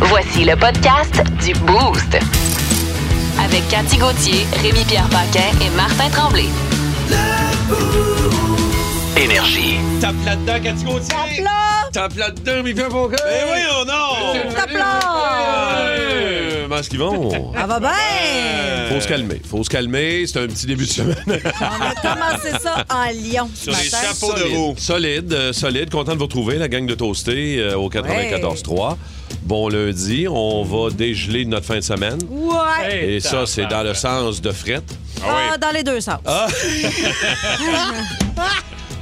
Voici le podcast du Boost. Avec Cathy Gauthier, Rémi-Pierre Paquin et Martin Tremblay. Énergie. Tape là-dedans, Cathy Gauthier! Là, Tape là-dedans, mais fais mon gars! Mais oui, oh non! tape là! Ouais, Comment est-ce qu'ils vont? Ça Ah, va bien! Faut se calmer. Faut se calmer. C'est un petit début de semaine. On a commencé ça en Lyon ce Solide. matin. Solide. Solide, euh, solide. Content de vous retrouver, la gang de Toasté euh, au 94.3. Bon lundi, on va dégeler notre fin de semaine. Ouais! Et ça, c'est dans le sens de fret. Ah, dans les deux sens.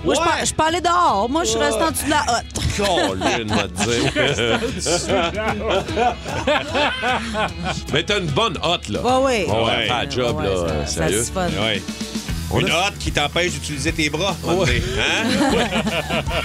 Moi, je par- je parlais dehors. Moi, je suis restée en dessous de la hotte. Colin, va te dire. Mais t'as une bonne hotte, là. Ouais, ouais. Bon, Ouais. pas à job, Ouais, là. ça- ça sérieux. se fun. Ouais. Une hotte qui t'empêche d'utiliser tes bras. Ouais. Ouais. Hein?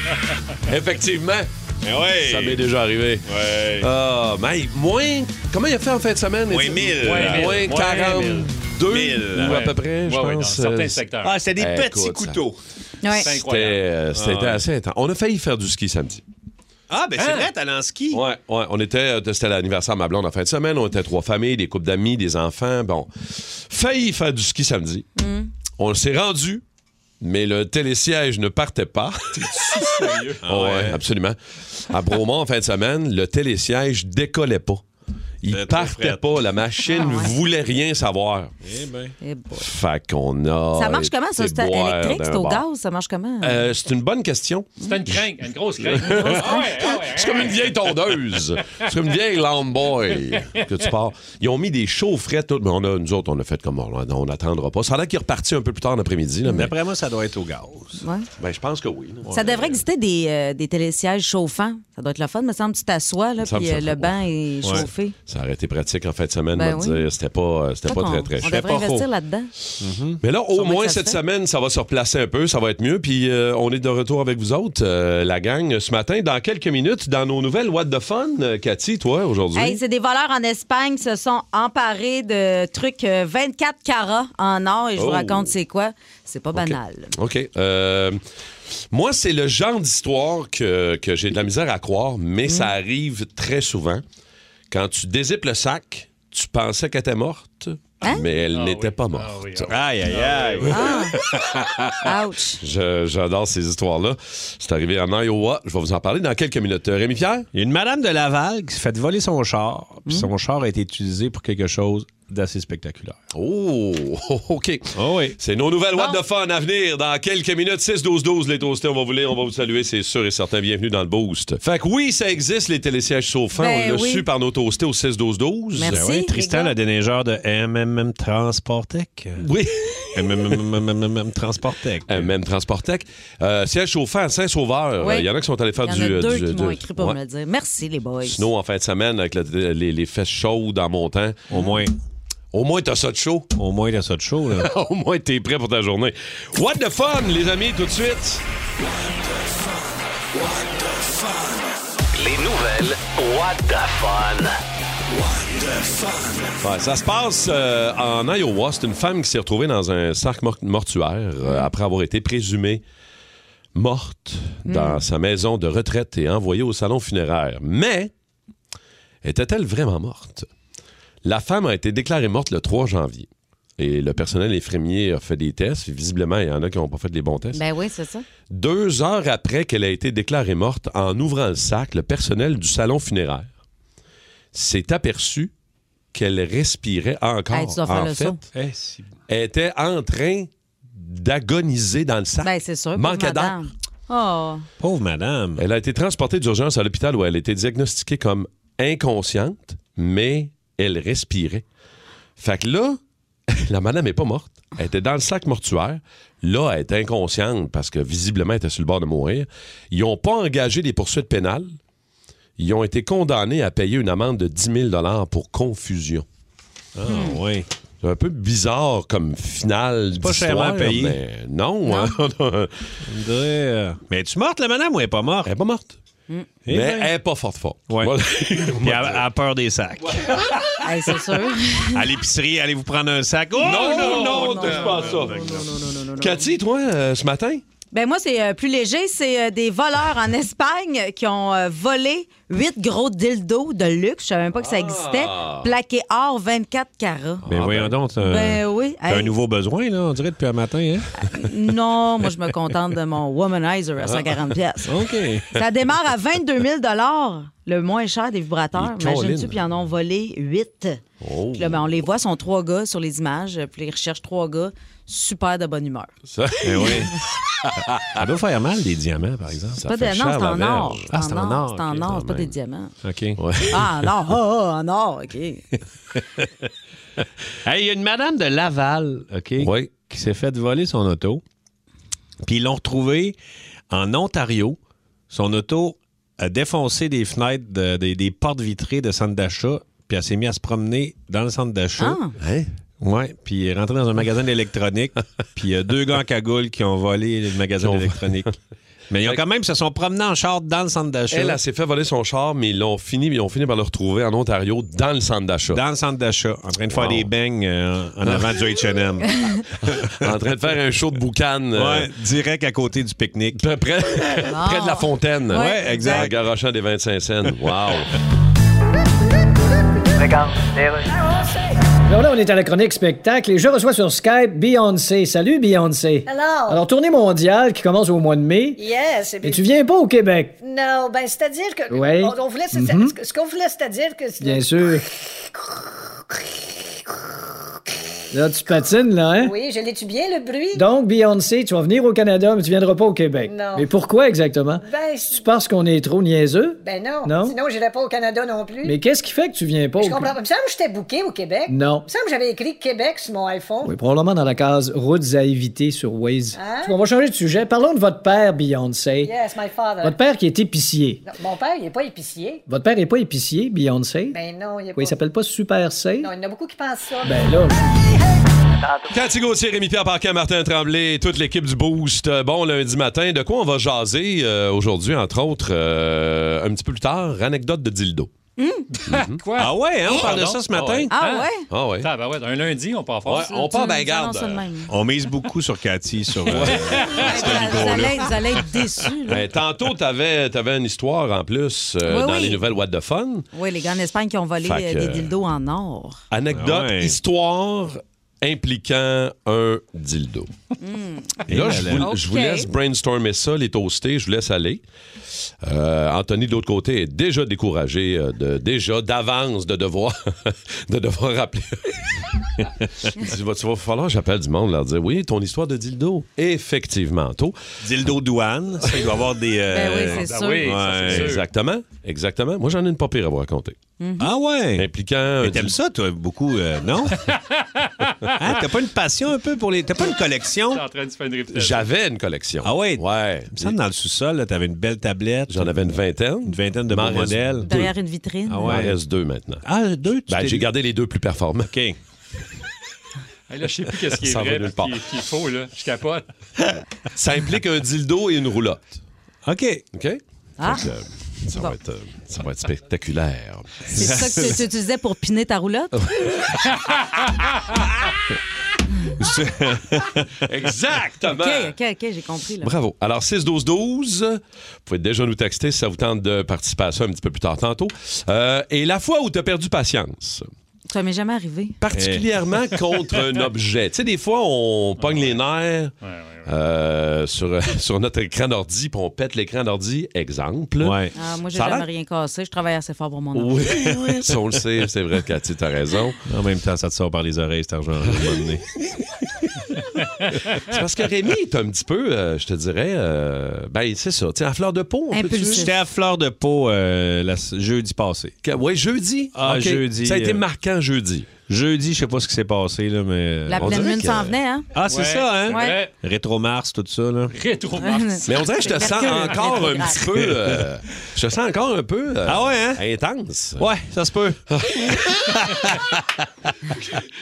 Effectivement, Mais ouais. ça m'est déjà arrivé. Ouais. Ah, mais moins. Comment il a fait en fin de semaine? Moins Étienne? 1000. Moins, Ouais, mille. Moins 42 mille. ou à Ouais. peu près, je Ouais, ouais, dans pense. certains euh, secteurs. Ah, c'est des Eh, petits écoute, ça. couteaux. Ouais. C'est C'était incroyable. euh, c'était Ah ouais. assez intense. On a failli faire du ski samedi. Hein? Ah, ben c'est vrai, t'allais en ski. Ouais, ouais. On était, euh, c'était l'anniversaire de ma blonde en fin de semaine. On était trois familles, des couples d'amis, des enfants. Bon, failli faire du ski samedi. Hmm. On s'est rendu, mais le télésiège ne partait pas. Ah ouais. ouais. absolument. À Bromont en fin de semaine, le télésiège décollait pas. Il C'était trop partait fret. pas. La machine Ah ouais. voulait rien savoir. Eh ben. Eh boy. Fait qu'on a. Ça marche comment, ça? été C'est boire électrique, c'est d'un au bar. gaz? Ça marche comment? Euh, c'est une bonne question. C'était une crainte, une grosse crainte. Ah ouais, ah ouais. C'est comme une vieille tondeuse. C'est comme une vieille Lamboy que tu pars. Ils ont mis des chaufferettes. Tout, mais on a, nous autres, on a fait comme on on n'attendra pas. Ça a l'air qu'il est reparti un peu plus tard en après-midi. là, mais D'après moi, ça doit être au gaz. Ouais. ben, je pense que oui. là. Ça devrait exister des, euh, des télésièges chauffants. Ça doit être le fun, me semble. Tu t'assois, là, semble puis que ça euh, fait- le banc est Ouais. chauffé. Ça aurait été pratique en fin de semaine, Ben moi, oui. de dire. C'était pas, euh, c'était pas Peut-être très, très qu'on- On cher. devrait investir là-dedans. Mais là, au Mhm. Sûrement moins que ça se cette fait. semaine, ça va se replacer un peu, ça va être mieux. Puis euh, on est de retour avec vous autres, euh, la gang, ce matin, dans quelques minutes, dans nos nouvelles What the Fun. euh, Cathy, toi, aujourd'hui. Hey, c'est des voleurs en Espagne qui se sont emparés de trucs euh, 24 carats en or et je Oh. vous raconte c'est quoi. C'est pas banal. OK. Euh, moi, c'est le genre d'histoire que, que j'ai de la misère à croire, mais Mm. ça arrive très souvent. Quand tu dézippes le sac, tu pensais qu'elle était morte, Hein? mais elle Ah n'était oui. pas Ah morte. oui, ah oui. Aïe, aïe, aïe. Ouch. Je- J'adore ces histoires-là. C'est arrivé en Iowa. Je vais vous en parler dans quelques minutes. Euh, Rémi Pierre? Il y a une madame de Laval qui s'est fait voler son char, Hmm? puis son char a été utilisé pour quelque chose d'assez spectaculaire. Oh, OK. Oh oui. C'est nos nouvelles What the Fun à venir dans quelques minutes. 6-12-12, les toastés, on va vous lire, on va vous saluer, c'est sûr et certain. Bienvenue dans le Boost. Fait que oui, ça existe, les télésièges chauffants. Ben on l'a oui. su par nos toastés au 6-12-12. Merci. Ben oui, Tristan, les gars. le déneigeur de MMM Transportec. Oui, MMM Transportec. Euh, même Transportec. Euh, siège chauffant à Saint-Sauveur. Il Oui. Euh, y en a qui sont allés faire Il y en du... a euh, deux du- qui du- m'ont écrit pour Ouais. me le dire. Merci, les boys. Sinon, en fin de semaine, avec la- les, les fesses chaudes en montant, Au moins, au moins t'as ça de chaud. au moins, il y a ça de chaud, là. Au moins, t'es prêt pour ta journée. What the fun, les amis, tout de suite. Les nouvelles What the Fun. Ouais, ça se passe euh, en Iowa. C'est une femme qui s'est retrouvée dans un sac mor- mortuaire euh, après avoir été présumée morte dans sa maison de retraite et envoyée au salon funéraire. Mais était-elle vraiment morte? La femme a été déclarée morte le 3 janvier. Et le personnel infirmier a fait des tests. Visiblement, il y en a qui n'ont pas fait les bons tests. Ben oui, c'est ça. Deux heures après qu'elle a été déclarée morte, en ouvrant le sac, le personnel du salon funéraire s'est aperçu qu'elle respirait encore. Hey, tu dois faire en le fait, saut. Eh, si- elle était en train d'agoniser dans le sac. Ben c'est sûr. Manque pauvre d'air. madame. Oh, Pauvre madame. Elle a été transportée d'urgence à l'hôpital où elle a été diagnostiquée comme inconsciente, mais elle respirait. Fait que là, la madame n'est pas morte. Elle était dans le sac mortuaire. Là, elle est inconsciente parce que visiblement, elle était sur le bord de mourir. Ils n'ont pas engagé des poursuites pénales. Ils ont été condamnés à payer une amende de 10 000 pour confusion. Ah, oui. C'est un peu bizarre comme finale pas d'histoire, chèrement payé. mais non. hein. On dirait, euh, Mais es-tu morte, la madame, ou elle est pas morte? elle est pas morte. Hmm. mais Eh ben. elle est pas forte forte. Ouais. Voilà. Puis elle, elle a peur des sacs. Hey, c'est sûr. À l'épicerie, allez-vous prendre un sac. Oh, non, non, non, non, non, touche pas à ça. Cathy, toi, euh, ce matin? Ben moi, c'est euh, plus léger. C'est euh, des voleurs en Espagne qui ont euh, volé huit gros dildos de luxe. Je savais même pas que ça existait. Ah. Plaqué or 24 carats. Mais voyons donc, t'as Ben oui. t'as un Hey, nouveau besoin, là, on dirait, depuis un matin. Hein? Non, moi, je me contente de mon womanizer Ah. à 140 pièces. Ah. OK. Ça démarre à 22 000 le moins cher des vibrateurs. Et Colin. Imagine-tu, puis ils en ont volé 8. Oh. Puis là, ben, on les voit, sont trois gars sur les images, puis ils recherchent trois gars, super de bonne humeur. Ça- Elle doit faire mal, des diamants, par exemple. Pas de- non, c'est en or. Ah, c'est en or. C'est en ok, Ah, or, quand c'est pas des même. diamants. OK. Ah, en or, ah, ah, en or, OK. Hey, il y a une madame de Laval, OK, Oui. qui s'est fait voler son auto. Puis ils l'ont retrouvée en Ontario. Son auto a défoncé des fenêtres, de- des, des portes vitrées de centre d'achat. Puis elle s'est mise à se promener dans le centre d'achat. Ah. Hein? Ouais, puis elle est rentrée dans un magasin d'électronique. puis il y a deux gars en cagoule qui ont volé le magasin Qui ont- d'électronique. Mais ils ont quand même, ils se sont promenés en char dans le centre d'achat. Elle, elle s'est fait voler son char, mais ils l'ont fini, ils ont fini par le retrouver en Ontario dans le centre d'achat. Dans le centre d'achat, en train de faire Wow. des bangs euh, en avant du H&M. en train de faire un show de boucan. euh, ouais, direct à côté du pique-nique. Près, près- près de la fontaine. Ouais, exact. En garochant des 25 cents. Wow. Eh Alors là, on est à la chronique spectacle et je reçois sur Skype Beyoncé. Salut Beyoncé. Hello. Alors, tournée mondiale qui commence au mois de mai. Yes. Et Et puis, tu viens pas au Québec, Non, ben, c'est-à-dire que. Ouais. Mhm. On, on voulait, c'est- c'est- Ce qu'on voulait, c'est-à-dire que. bien sûr. Là, tu patines, là, hein? Oui, je l'ai-tu bien, le bruit? Donc, Beyoncé, tu vas venir au Canada, mais tu viendras pas au Québec. Non. Mais pourquoi exactement? Ben, c'est- Tu penses qu'on est trop niaiseux? ben non. Non? Sinon, j'irais pas au Canada non plus. Mais qu'est-ce qui fait que tu viens pas je au comprends pas. Il me semble que j'étais booké au Québec. Non. Il me semble que j'avais écrit Québec sur mon iPhone. Oui, probablement dans la case routes à éviter sur Waze. En Hein? tout cas, On va changer de sujet. Parlons de votre père, Beyoncé. Yes, my father. Votre père qui est épicier. Non, mon père, il est pas épicier. Votre père est pas épicier, Beyoncé? Ben non, il est Oui, il pas. s'appelle pas Super C. Non, il y en a beaucoup qui pensent ça. Ben là, je- Cathy Gauthier, Rémi-Pierre Parquin, Martin Tremblay, et toute l'équipe du Boost. Euh, Bon lundi matin. De quoi on va jaser euh, aujourd'hui, entre autres, euh, un petit peu plus tard, anecdote de dildo. Quoi? Ah ouais, hein, on parle de pardon? ça ce matin? Hum? Ah ouais? Ah ouais. Mm-hmm. Ah, ben ouais, un lundi, on part fort. Ouais, on part Tu d'un nous garde. euh, annonces ça de même. On mise beaucoup sur Cathy, sur euh, ce Vous micro-là. allez, vous allez être déçus. là. Ben, tantôt, t'avais avais une histoire en plus euh, Oui, dans oui. les nouvelles What the Fun. Oui, les gars en Espagne qui ont volé Fait que- euh, des dildos en or. Anecdote, Ah ouais. histoire impliquant un dildo. Là, je vous, je vous Ok. laisse brainstormer ça, les toastés, je vous laisse aller. Euh, Anthony, de l'autre côté, est déjà découragé, euh, de, déjà d'avance de devoir, de devoir rappeler. Il dit, va, tu vas falloir que j'appelle du monde leur dire oui, ton histoire de dildo. Effectivement, tôt. Dildo douane, ça, il doit y avoir des... euh, Ben oui, c'est ah sûr. oui, ça, c'est sûr. Exactement, exactement. Moi, j'en ai une pas pire à vous raconter. Mhm. Ah ouais! Impliquant. Mais un T'aimes dildo. ça, toi, beaucoup, euh, non? Hein, T'as pas une passion un peu pour les... T'as pas une collection? T'es en train de faire une réputation. J'avais une collection. Ah ouais? Ouais. Il me semble dans le sous-sol, là, t'avais une belle tablette. J'en avais une vingtaine. Une vingtaine de M'en bons reste modèles. deux. Hum. Derrière une vitrine. Ah Il m'en ouais. reste deux maintenant. Ah, deux, tu Ben, t'es- j'ai gardé les deux plus performants. OK. Hey, là, je sais plus qu'est-ce qui est Ça va vrai, nulle puis part. qui est- qui est faux, là. Je capote. Ça implique un dildo et une roulotte. OK. OK? Ah, Fait que, euh, ça, Bon. va être, euh, ça va être spectaculaire. c'est ça que tu, tu utilisais pour piner ta roulotte? Exactement! OK, OK, OK, j'ai compris. Là. Bravo. Alors, 6-12-12, vous pouvez déjà nous texter si ça vous tente de participer à ça un petit peu plus tard tantôt. Euh, et la fois où tu as perdu patience, Ça m'est jamais arrivé. Ah, particulièrement Eh. contre un objet. Tu sais, des fois, on pogne les nerfs Ouais, ouais, euh, sur, sur notre écran d'ordi, puis on pète l'écran d'ordi. Exemple. Ouais. Ah, moi, j'ai Ça a jamais l'air- rien cassé. Je travaille assez fort pour mon or. Oui, oui, ça, on le sait, c'est vrai, Cathy, t'as raison. En même temps, ça te sort par les oreilles, cet argent. C'est parce que Rémi est un petit peu, euh, je te dirais, euh, ben c'est ça, tu sais, à fleur de peau. on peut- Impulsif. J'étais à fleur de peau euh, la- jeudi passé. Que- Ouais, jeudi. Ah, OK. jeudi, Ça a été euh. marquant jeudi. Jeudi, je sais pas ce qui s'est passé, là, mais. euh, La on pleine dirait lune que- s'en venait, hein? Ah, c'est Ouais, ça, hein? c'est vrai. Rétro-mars, tout ça, là. Rétro-mars. Mais on dirait que je te sens Mercure encore un rétrograde. petit peu. euh, je te sens encore un peu. euh, Ah ouais, hein? Intense. Ouais, ça se peut.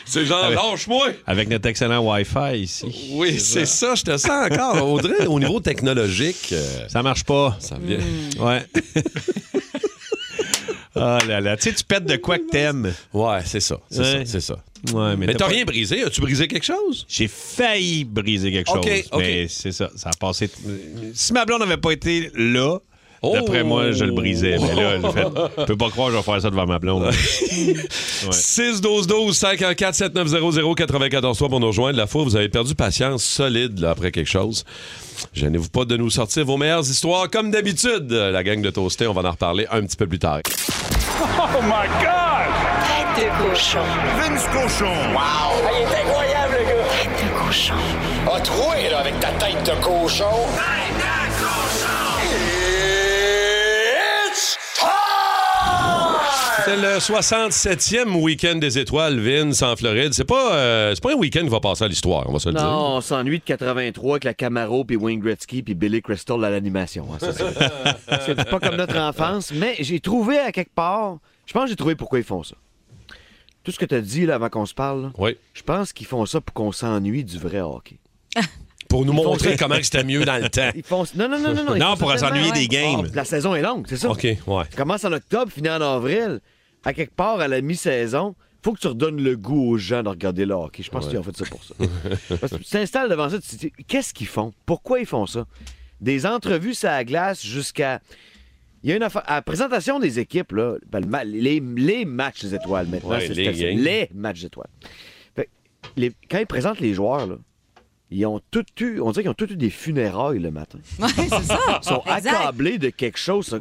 C'est genre, Avec- lâche-moi! Avec notre excellent Wi-Fi ici. Oui, c'est ça. je te sens encore. On dirait au niveau technologique. euh, Ça marche pas. Mm. Ça vient. Ouais. Ah là là. Tu sais, tu pètes de quoi que t'aimes. Ouais, c'est ça. C'est ça. Ouais. C'est ça. Ouais, mais Mais t'as pas- rien brisé? As-tu brisé quelque chose? J'ai failli briser quelque Ok, chose. ok. Mais c'est ça. Ça a passé. Si ma blonde n'avait pas été là, Oh! d'après moi, je le brisais. Eh, Mais là, elle fait, je peux pas croire que je vais faire ça devant ma blonde. Hmm. 6 12 12 514 7900 94 3 pour nous rejoindre. La fois, vous avez perdu patience solide là, après quelque chose. Gênez-vous pas de nous sortir vos meilleures histoires comme d'habitude. Euh, La gang de Toasté, on va en reparler un petit peu plus tard. Oh my God! Tête de cochon. Vince Cochon! Wow! Ah, il est incroyable, le gars! Tête de cochon. A troué, là, avec ta tête de cochon. Tête de cochon! It's C'est le 67e week-end des étoiles, Vince, en Floride. C'est pas, euh, c'est pas un week-end qui va passer à l'histoire, on va se le dire. Non, on s'ennuie de 83 avec la Camaro, puis Wayne Gretzky, puis Billy Crystal à l'animation. hein, ça, c'est- c'est pas comme notre enfance, mais j'ai trouvé à quelque part, je pense que j'ai trouvé pourquoi ils font ça. Tout ce que tu as dit là, avant qu'on se parle, là, je pense qu'ils font ça pour qu'on s'ennuie du vrai hockey. Pour nous Ils font montrer ça. comment que c'était mieux dans le temps. Ils font... Non, non, non, non. ils Non, font pour ça s'ennuyer tellement- des games. Ah, la saison est longue, c'est ça. OK, ouais. Tu commences en octobre, finis en avril. À quelque part, à la mi-saison, faut que tu redonnes le goût aux gens de regarder le hockey. Je pense Ouais. qu'ils ont fait ça pour ça. Parce que tu t'installes devant ça, tu te dis, qu'est-ce qu'ils font? Pourquoi ils font ça? Des entrevues à la glace jusqu'à... Il y a une affaire- À la présentation des équipes, là, ben, le ma- les, les matchs des étoiles maintenant. Ouais, c'est les c'est- c'est- games. les matchs des étoiles. Fait que les- Quand ils présentent les joueurs, là, ils ont tout eu, on dirait qu'ils ont tout eu des funérailles le matin. c'est ça. Ils sont Exact. accablés de quelque chose. ça.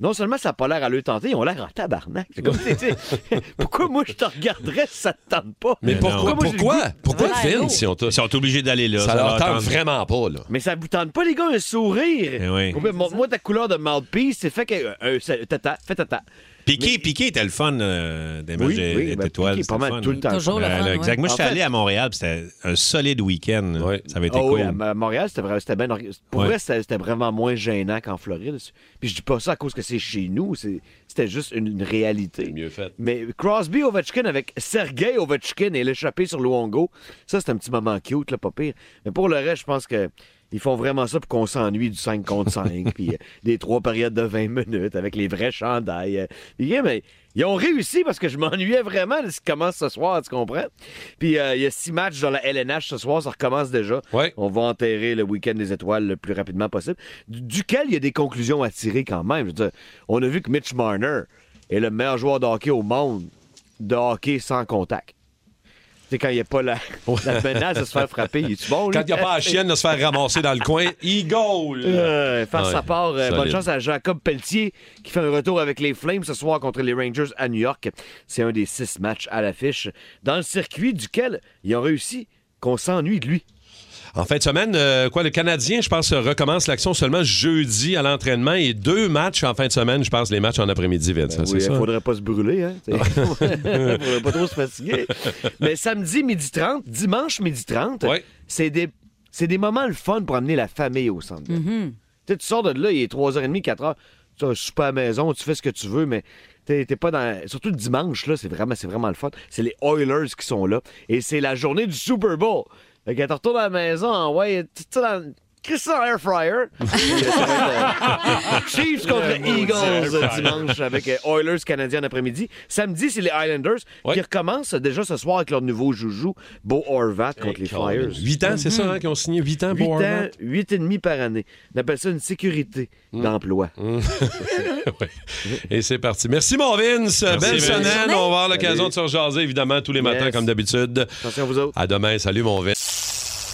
Non seulement ça n'a pas l'air à le tenter, ils ont l'air en tabarnak. C'est comme, tu sais, pourquoi moi je te regarderais si ça te tente pas? Mais pourquoi, moi, j'ai le pourquoi, goût- pourquoi Ah, Vince, non. si on te- Ils sont obligés d'aller là. Ça, ça leur leur tente tente. vraiment pas, là. Mais ça vous tente pas, les gars, un sourire? Eh oui. Ou bien, moi, moi, ta couleur de mouthpiece, c'est fait que... euh, euh, ça- tata, fait tata. Piqué, Piqué était le fun euh, des matchs Oui, des, oui, des ben, étoiles. Piqué est c'était pas mal fun, tout le hein. temps. Toujours le Ouais, fun, là, oui. Exact. Moi, je En suis fait- allé à Montréal, puis c'était un solide week-end. là. Ça avait été Oh, Ah oui, cool. à à Montréal, c'était vra- c'était bien orga- Pour Ouais. vrai, c'était c'était vraiment moins gênant qu'en Floride. Puis je dis pas ça à cause que c'est chez nous, c'est- c'était juste une, une réalité. Mieux fait. Mais Crosby Ovechkin avec Sergei Ovechkin et l'échappée sur Luongo, ça c'est un petit moment cute, là, pas pire. Mais pour le reste, je pense que ils font vraiment ça pour qu'on s'ennuie du 5 contre 5, puis euh, des trois périodes de 20 minutes avec les vrais chandails. euh. Puis, yeah, mais ils ont réussi parce que je m'ennuyais vraiment de ce qui commence ce soir, tu comprends? Puis euh, il y a six matchs dans la LNH ce soir, ça recommence déjà. On va enterrer le week-end des étoiles le plus rapidement possible, du- duquel il y a des conclusions à tirer quand même. Je veux dire, on a vu que Mitch Marner est le meilleur joueur de hockey au monde de hockey sans contact. Tu sais, quand il n'y a pas la, la menace de se faire frapper, il est bon, lui? Quand il n'y a pas la chienne de se faire ramasser dans le coin, il goal! Euh, face Ouais, à part, euh, bonne solide. chance à Jacob Pelletier qui fait un retour avec les Flames ce soir contre les Rangers à New York. C'est un des six matchs à l'affiche dans le circuit duquel ils ont réussi qu'on s'ennuie de lui. En fin de semaine, euh, quoi, le Canadien, je pense, recommence l'action seulement jeudi à l'entraînement et deux matchs en fin de semaine, je pense, les matchs en après-midi, Vince. hein, Ben Oui, c'est il ça? faudrait pas se brûler. Hein? Il faudrait pas trop se fatiguer. Mais samedi, midi 30, dimanche, midi 30, c'est des, c'est des moments le fun pour amener la famille au centre. Bell. Mhm. Tu sais, tu sors de là, il est 3h30, 4h, tu as un souper à la maison, tu fais ce que tu veux, mais t'es t'es pas dans... Surtout le dimanche, là, c'est vraiment, c'est vraiment le fun. C'est les Oilers qui sont là, et c'est la journée du Super Bowl. Fait que tu retournes à la maison, ouais, tu tu sais, dans... Chris ça, air fryer. Chiefs contre Le maudit air Eagles fryer. dimanche avec euh, Oilers canadiens après-midi. Samedi, c'est les Islanders qui recommencent déjà ce soir avec leur nouveau joujou, Beau Horvat contre les Flyers. 8 Ah, ans, c'est ça, hein, qui ont signé 8 ans 8 pour ans, Horvat? 8 et demi par année. On appelle ça une sécurité d'emploi. Hum. Et c'est parti. Merci, mon Vince. Merci, Belle Vince. semaine. Bonne On va avoir journée. l'occasion de se rejaser, évidemment, tous les matins, comme d'habitude. Attention, vous autres. À demain. Salut, mon Vince.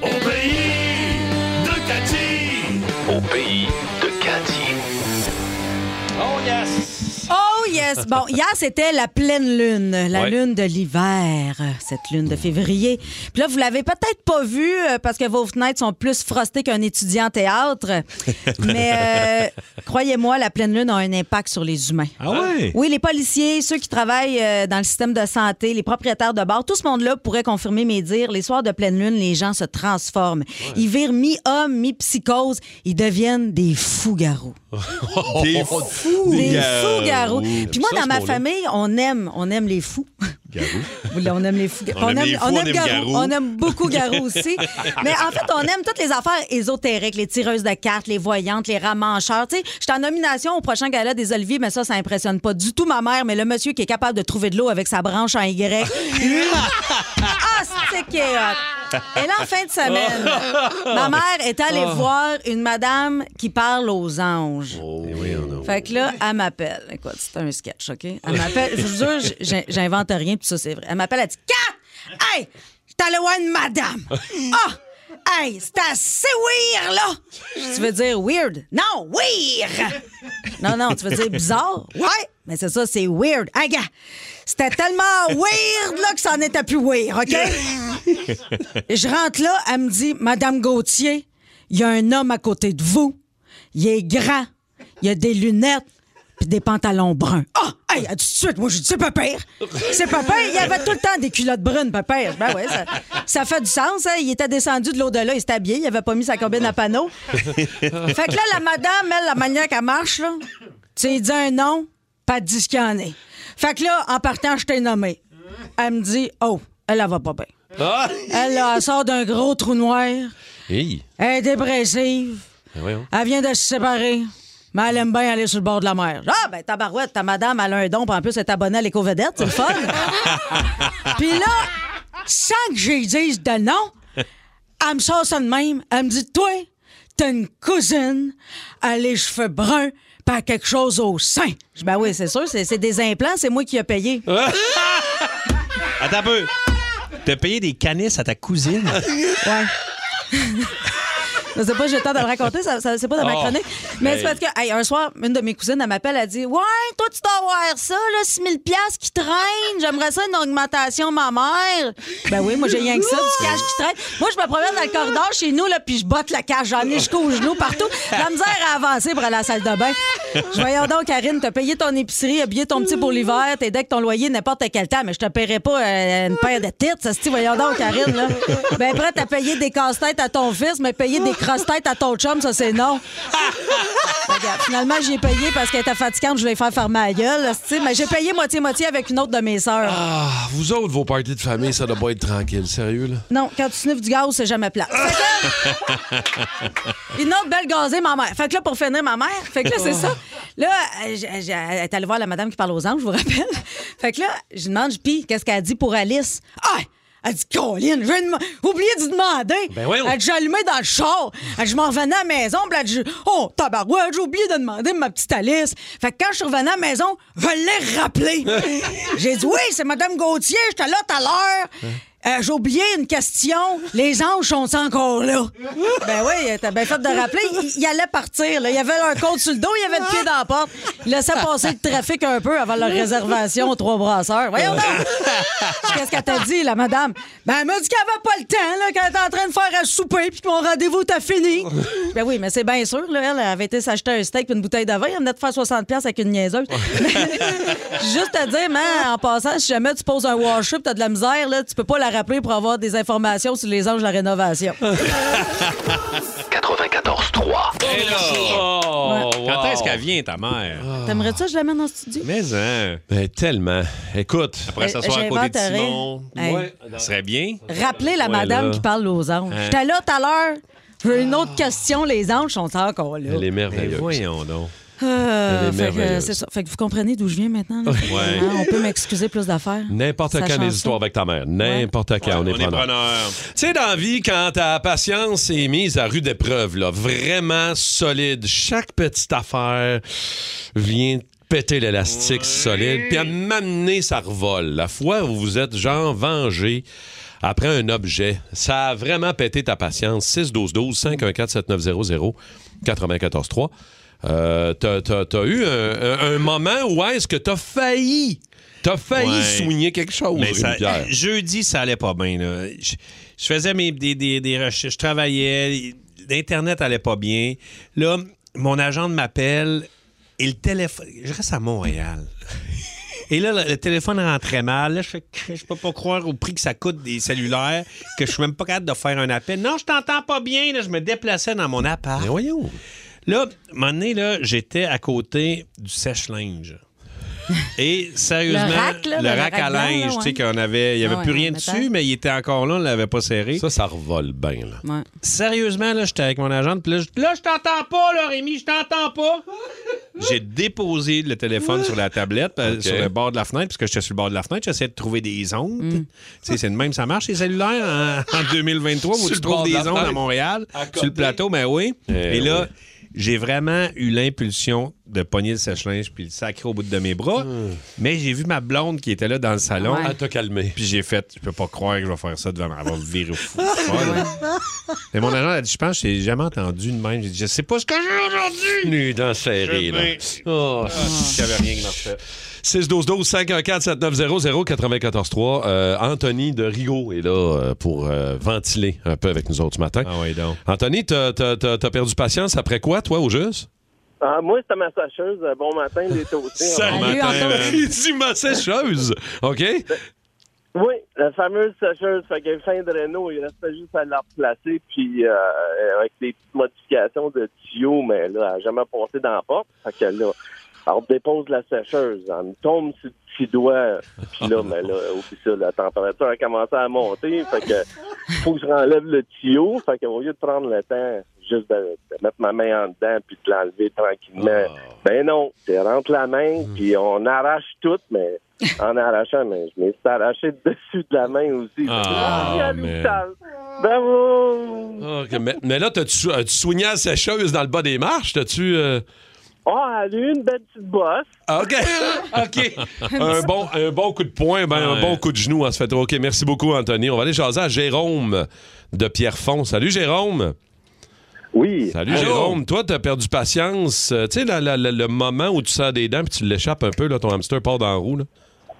Au pays de Cathy! Au pays de Cathy. Oh yes! Oh yes! Bon, hier, c'était la pleine lune, la Ouais. lune de l'hiver, euh, cette lune de février. Puis là, vous l'avez peut-être pas vue euh, parce que vos fenêtres sont plus frostées qu'un étudiant en théâtre. Mais euh, croyez-moi, la pleine lune a un impact sur les humains. Ah ouais? Oui, les policiers, ceux qui travaillent euh, dans le système de santé, les propriétaires de bars, tout ce monde-là pourrait confirmer mes dires. Les soirs de pleine lune, les gens se transforment. Ils virent mi-homme, mi-psychose. Ils deviennent des fous-garous. Des euh, fous! Des fous-garous. Puis moi, dans ma famille, on aime, on aime les fous. Oui, On aime les fous. On aime les fous, on aime Garou. Garou. On aime beaucoup Garou aussi. Mais en fait, on aime toutes les affaires ésotériques, les tireuses de cartes, les voyantes, les ramancheurs. Tu sais, je suis en nomination au prochain gala des Oliviers, mais ça, ça impressionne pas du tout ma mère. Mais le monsieur qui est capable de trouver de l'eau avec sa branche en Y, lui, ah, c'est qu'il est hot. Et là, en fin de semaine, ma mère est allée Oh. voir une madame qui parle aux anges. Fait que là, elle m'appelle. Écoute, c'est un sketch, OK? Elle m'appelle. Je vous jure, j- j'in- j'invente rien, puis ça, c'est vrai. Elle m'appelle, elle dit Kat! Hey! Je t'allais voir une madame! Ah! Hey! C'est assez weird, là! Tu veux dire weird? Non, weird! Non, non, tu veux dire bizarre? Ouais! Mais c'est ça, c'est weird. Hey, gars! C'était tellement weird, là, que ça en était plus weird, OK? Et je rentre là, elle me dit Madame Gauthier, il y a un homme à côté de vous. Il est grand, il a des lunettes, puis des pantalons bruns. Ah! hey, tout de suite, moi, je dis C'est pas pire. C'est pas pire. Il avait tout le temps des culottes brunes, pas pire. Ben ouais, ça, ça fait du sens. hein. Il était descendu de l'au-delà, il s'était habillé, il avait pas mis sa combine à panneaux. Fait que là, la madame, elle, la manière qu'elle marche, là, tu sais, il dit un nom, pas de ce qu'il y en est. Fait que là, en partant, je t'ai nommé. Elle me dit Oh, elle, elle va pas bien. Ah! Elle, là, elle sort d'un gros trou noir. Hey! Elle est dépressive. Ben voyons. Elle vient de se séparer. Mais elle aime bien aller sur le bord de la mer. Ah, ben, tabarouette, ta madame, elle a un don, puis en plus, elle est abonnée à l'éco-vedette, c'est le fun. puis là, sans que j'y dise de non, elle me sort ça de même. Elle me dit Toi, t'as une cousine, elle a les cheveux bruns, pas quelque chose au sein. Je dis Ben oui, c'est sûr, c'est c'est des implants, c'est moi qui ai payé. Attends un peu. T'as payé des canisses à ta cousine? Ouais. Je sais pas, j'ai le temps de le raconter, ça, ça- c'est pas dans ma Oh. chronique. Mais Hey. c'est parce que, hey, un soir, une de mes cousines, elle m'appelle, elle dit Ouais, toi, tu dois avoir ça, là, 6 000 piastres qui traîne. J'aimerais ça une augmentation, ma mère. Ben oui, moi, j'ai rien que ça, du cash qui traîne. Moi, je me promène dans le corridor chez nous, là, puis je botte la cash. J'en ai jusqu'aux genoux partout. La misère à avancer pour aller à la salle de bain. Je voyais donc, Karine, t'as payé ton épicerie, habillé ton petit pour l'hiver, t'es avec ton loyer n'importe quel temps, mais je te paierai pas euh, une paire de titres, ça se dit, voyons donc, Karine, là. Ben, prête à payer des casse-têtes à ton fils, mais payer des crosse-têtes à ton chum, ça, c'est non. Regarde, finalement, j'ai payé parce qu'elle était fatigante, je voulais faire fermer la gueule, là, c'est-tu, mais j'ai payé moitié-moitié avec une autre de mes sœurs. Ah, vous autres, vos parties de famille, ça doit pas être tranquille. Sérieux, là? Non, quand tu sniffes du gaz, c'est jamais plat. Une autre belle gazée, ma mère. Fait que là, pour finir, ma mère. Fait que là, c'est ça. Là, euh, j'ai- j'ai- elle est allée voir la madame qui parle aux anges, je vous rappelle. Fait que là, je demande, je- puis, qu'est-ce qu'elle dit pour Alice? Ah! Elle dit, Colline, j'ai dem- oublié de demander. Ben voyons. Elle dit, j'ai allumé dans le char. Elle dit, je m'en revenais à la maison. Puis elle dit, oh, tabarouette, j'ai oublié de demander ma petite Alice. Fait que quand je suis revenue à la maison, je l'ai rappelée. j'ai dit, oui, c'est Madame Gauthier, j'étais là tout à l'heure. Euh, J'ai oublié une question. Les anges sont encore là. Ben oui, t'as bien fait de rappeler. Il, il allait partir. Là. Il y avait un compte sur le dos, il y avait le pied dans la porte. Il laissait passer le trafic un peu avant leur réservation aux trois brasseurs. Voyons donc! Qu'est-ce qu'elle t'a dit, la madame? Ben, elle m'a dit qu'elle avait pas le temps, là, qu'elle était en train de faire un souper, puis que mon rendez-vous était fini. Ben oui, mais c'est bien sûr, là, elle avait été s'acheter un steak puis une bouteille de vin. Elle venait de faire 60$ piastres avec une niaiseuse. Juste à dire, man, en passant, si jamais tu poses un worship, t'as de la misère, là, tu peux pas la rappeler pour avoir des informations sur les anges de la rénovation. 94.3. Et là! Oh, Ouais. Quand wow. est-ce qu'elle vient, ta mère? Oh, T'aimerais ça, que je l'amène en studio? Mais, hein. Ben, tellement. Écoute. Après s'asseoir à côté de j'inventerais. Simon. Euh, Hey. Ouais. Ça serait bien. Rappelez la Ouais, madame là. qui parle aux anges. Hein. J'étais là tout à l'heure. J'ai une autre question, les anges sont encore là. Elle est merveilleuse. Ben, voyons donc. Euh, Elle est fait que, euh, merveilleuse. c'est ça. Fait que vous comprenez d'où je viens maintenant. là. Ouais. Hein, on peut m'excuser plus d'affaires. N'importe Ça quand change les ça. histoires avec ta mère. N'importe quand, on est on est preneur. preneur. Tu sais, dans la vie, quand ta patience est mise à rude épreuve, là, vraiment solide, chaque petite affaire vient te péter l'élastique solide, puis à m'amener, ça revole. La fois où vous êtes, genre, vengé après un objet, ça a vraiment pété ta patience. 612-12-514-7900-943. Euh, t'as, t'as- t'as eu un, un- un moment où est-ce que t'as failli, t'as failli Ouais. soigner quelque chose, Mais ça- euh, Rémi-Pierre. jeudi, ça allait pas bien. là. Je, je faisais mes, des, des- des recherches, je travaillais, l'Internet allait pas bien. Là, mon agent m'appelle et le téléphone. Je reste à Montréal. Et là, le, le téléphone rentrait mal. Là, je, fais, je peux pas croire au prix que ça coûte des cellulaires, que je suis même pas capable de faire un appel. Non, je t'entends pas bien. Là, je me déplaçais dans mon appart. Mais voyons. Là, un moment donné, là, j'étais à côté du sèche-linge. Et sérieusement, Le rack, là, ben, le le rack à rack blanc, linge, là, tu sais, ouais. qu'on avait, il n'y avait Ah ouais, plus en rien métal. dessus, mais il était encore là, on ne l'avait pas serré. Ça, ça revole bien, là. Sérieusement, là, j'étais avec mon agent, puis là, je- là, je t'entends pas, là, Rémi, je t'entends pas. J'ai déposé le téléphone sur la tablette, euh, Ok. sur le bord de la fenêtre, puisque j'étais sur le bord de la fenêtre, j'essayais de trouver des ondes. Mm. Tu sais, c'est de même, ça marche, les cellulaires, hein? en, en 2023, où Sur tu le trouves bord de des la ondes à fenêtre. Montréal, À sur le côté. plateau, ben oui. Eh Et là, oui. j'ai vraiment eu l'impulsion de pogner le sèche-linge puis le sacrer au bout de mes bras. Mais j'ai vu ma blonde qui était là dans le salon. Hmm. Ouais. à Elle t'a calmé. Puis j'ai fait, je peux pas croire que je vais faire ça devant ma... Elle va me virer au fou. Mais mon agent a dit, je pense que j'ai jamais entendu de même. J'ai dit, je sais pas ce que Ah. j'ai aujourd'hui. Nu dans serré, là. Oh, il y avait rien qui marchait. 612-12-514-7900-943. Euh, Anthony de Rigaud est là euh, pour euh, ventiler un peu avec nous autres ce matin. Ah oui, donc. Anthony, t'as t'as- t'as- t'as perdu patience après quoi, toi, au juste? Ah, moi, c'était ma sacheuse. Euh, Bon matin, les hein. toastés. Ah, Il dit ma sécheuse. OK? Oui, la fameuse sacheuse. Fait que fin de Renault, il restait juste à la replacer, puis euh, avec des petites modifications de tuyaux, mais là, elle n'a jamais passé dans la porte. Fait que là, on dépose la sécheuse, on me tombe sur le petit doigt, puis là, mais là, oublie ça, la température a commencé à monter, fait que faut que je renlève le tuyau, fait qu'au lieu de prendre le temps juste de, de mettre ma main en dedans puis de l'enlever tranquillement, ben non, tu rentres la main, puis on arrache tout, mais en arrachant, mais je me suis arraché dessus de la main aussi. Ah, Je suis à man. l'hôpital. Bravo! OK, Ah, Mais, mais là, t'as-tu as soigné la sécheuse dans le bas des marches? T'as-tu. euh, Ah, Ah, elle a eu une belle petite bosse. OK. OK. un, bon, un bon coup de poing, ben, un Ouais. bon coup de genou, on se fait trop. OK, merci beaucoup, Anthony. On va aller jaser à Jérôme de Pierrefonds. Salut, Jérôme. Oui. Salut, Allô. Jérôme. Toi, t'as perdu patience. Euh, Tu sais, la- la- la- le moment où tu sors des dents puis tu l'échappes un peu, là, ton hamster part dans la roue. Là.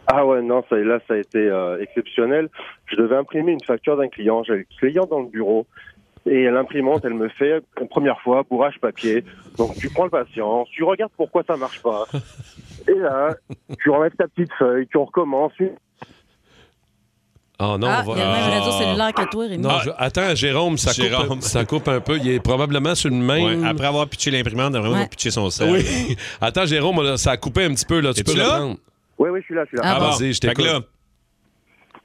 Ah ouais, non, ça, là, ça a été euh, exceptionnel. Je devais imprimer une facture d'un client. J'avais le client dans le bureau. Et l'imprimante, elle me fait, une première fois, bourrage papier. Donc, tu prends le patient, tu regardes pourquoi ça marche pas. Et là, tu enlèves ta petite feuille, tu recommences. une- Ah non, Ah, on va- il y a le même réseau Ah. cellulaire que toi, Rémi. Non, je- attends, Jérôme, ça, Jérôme. Coupe, ça coupe un peu. Il est probablement sur le même. Ouais, après avoir pitché l'imprimante, on devrait avoir pitché son sel. Oui. Attends, Jérôme, là, ça a coupé un petit peu. Là. Tu Es-tu peux là? reprendre. Oui, oui, je suis là, je suis là. Ah, vas-y, je t'écoute.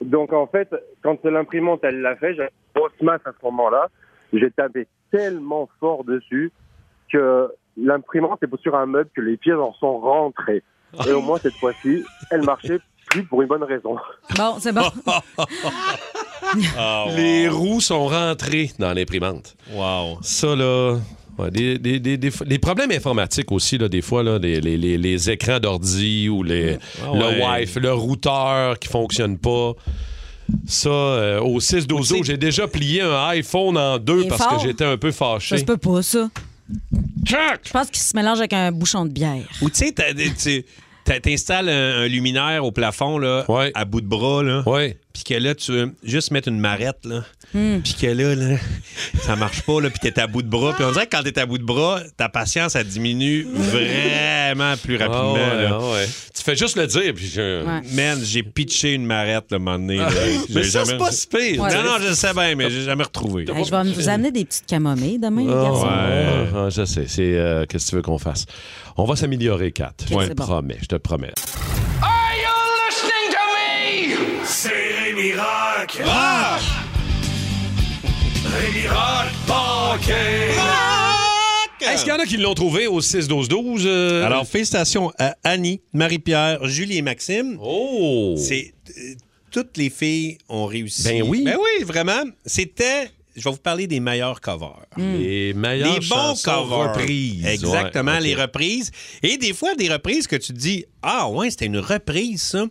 Donc, en fait, quand l'imprimante, elle l'a fait, j'avais une grosse masse à ce moment-là. J'ai tapé tellement fort dessus que l'imprimante est sur un meuble que les pieds en sont rentrés. Et au moins, cette fois-ci, elle marchait plus pour une bonne raison. Bon, c'est bon. Ah, Les roues sont rentrées dans l'imprimante. Wow. Ça, là. ouais, des, des- des- des fois- les problèmes informatiques aussi, là, des fois, là, les, les- les- les écrans d'ordi ou les, Ah ouais. le Wi-Fi, le routeur qui fonctionne pas. Ça, euh, au 6 12 j'ai déjà plié un iPhone en deux Il est parce fort. que j'étais un peu fâché. Ça se peut pas, ça. Je pense qu'il se mélange avec un bouchon de bière. Ou tu sais, t'as- tu t'as- t'installes un, un luminaire au plafond, là, à bout de bras, là. Puis que là, tu veux juste mettre une marette, là. Hmm. Puis que là, là, ça marche pas, là, puis t'es à bout de bras. Puis on dirait que quand t'es à bout de bras, ta patience, elle diminue vraiment plus rapidement. Ah ouais, là. ah ouais. Tu fais juste le dire, puis je... Ah. Ouais. Man, j'ai pitché une marette, le moment donné. là. Mais J'ai ça, jamais- c'est pas si pire. Non, non, je sais bien, mais j'ai jamais retrouvé. Hey, je vais vous amener des petites camomilles demain, les Ah, garçons. ouais. Ah, je sais. C'est euh, qu'est-ce que tu veux qu'on fasse. On va s'améliorer, Kat. je Ok, te c'est bon. promets. Je te promets. Are you listening to me? C'est Rémi Rock. Rock! Rémi Rock Paquet. Est-ce qu'il y en a qui l'ont trouvé au euh? 6-12-12? Alors, félicitations à Annie, Marie-Pierre, Julie et Maxime. Oh! C'est. euh, toutes les filles ont réussi. Ben oui. Ben oui, vraiment. C'était je vais vous parler des meilleurs covers. Mm. Les meilleures des bons chansons covers. reprises. Exactement, Ouais, ok. les reprises. Et des fois, des reprises que tu te dis Ah, ouais, c'était une reprise, ça.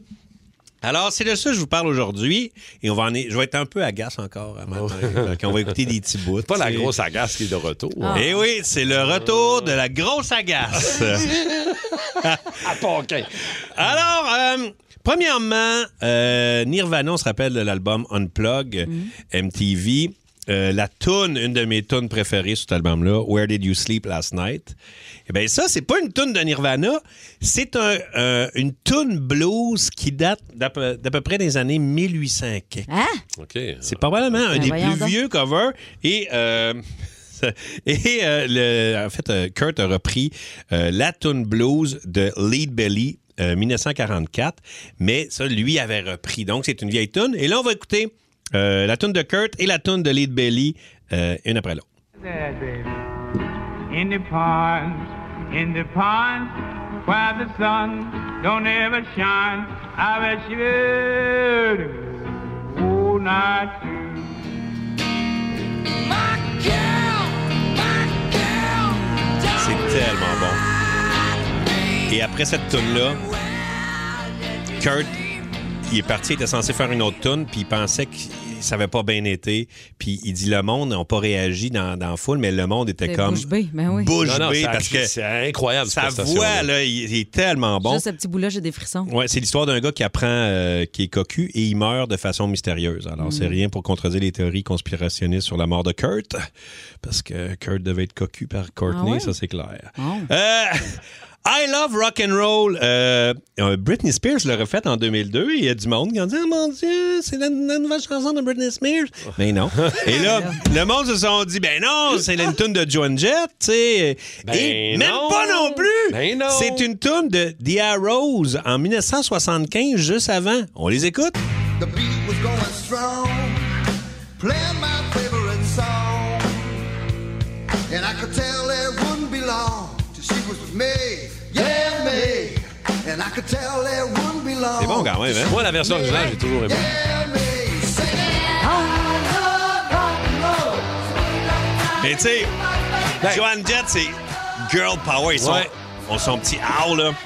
Alors, c'est de ça que je vous parle aujourd'hui. Et on va en... je vais être un peu agace encore à matin. Fait qu'on va écouter des petits bouts. Pas la grosse agace qui est de retour. Ah. Eh oui, c'est le retour de la grosse agace. Ah, à Alors, euh, premièrement, euh, Nirvana, on se rappelle de l'album Unplug, Mm. MTV. Euh, la tune, une de mes tunes préférées sur cet album-là, Where Did You Sleep Last Night? Eh bien, ça, c'est pas une tune de Nirvana, c'est un, euh, une tune blues qui date d'à peu, d'à peu près des années 1800. Hein? C'est probablement un Ben, des voyons plus donc. vieux covers. Et, euh, et euh, le- en fait, euh, Kurt a repris euh, la tune blues de Lead Belly. euh, 1944, mais ça, lui avait repris. Donc, c'est une vieille tune. Et là, on va écouter euh, la tune de Kurt et la tune de Lead Belly, euh, une après l'autre. There, baby. In the pond, in the pond, where the sun don't ever shine. I bet you beautiful all night through. C'est tellement bon. Et après cette tune-là, Kurt, il est parti, il était censé faire une autre tune, puis il pensait que ça avait pas bien été. Puis il dit le monde n'a pas réagi dans, dans la foule, mais le monde était C'est comme bouche bée, ben oui. bouche Non, non, bée ça a parce cri- que c'est incroyable, Sa cette prestation-là. voix là, il, il est tellement bon. Juste ce petit bout-là, j'ai des frissons. Ouais, c'est l'histoire d'un gars qui apprend euh, qui est cocu et il meurt de façon mystérieuse. Alors, Mm. c'est rien pour contredire les théories conspirationnistes sur la mort de Kurt, parce que Kurt devait être cocu par Courtney, Ah ouais? ça c'est clair. Euh, I love rock and roll. Euh, euh, Britney Spears l'a refait en 2002. Il y a du monde qui a dit Ah, mon Dieu, c'est la, la nouvelle chanson de Britney Spears. Mais non. Et là, le monde se sont dit ben non, c'est une tune de Joan Jett, tu sais. Et Ben même non. pas non plus. Ben non. C'est une tune de The Arrows en 1975, juste avant. On les écoute. The beat was going strong, playing my favorite song. And I could tell it wouldn't be long till she was with me, yeah, me. And I could tell it wouldn't be long. C'est bon quand même, hein? Moi, la version originale, j'ai toujours aimé. Mais tu sais, Joan Jett, c'est Girl Power. Ils sont, ont son petit owl, là.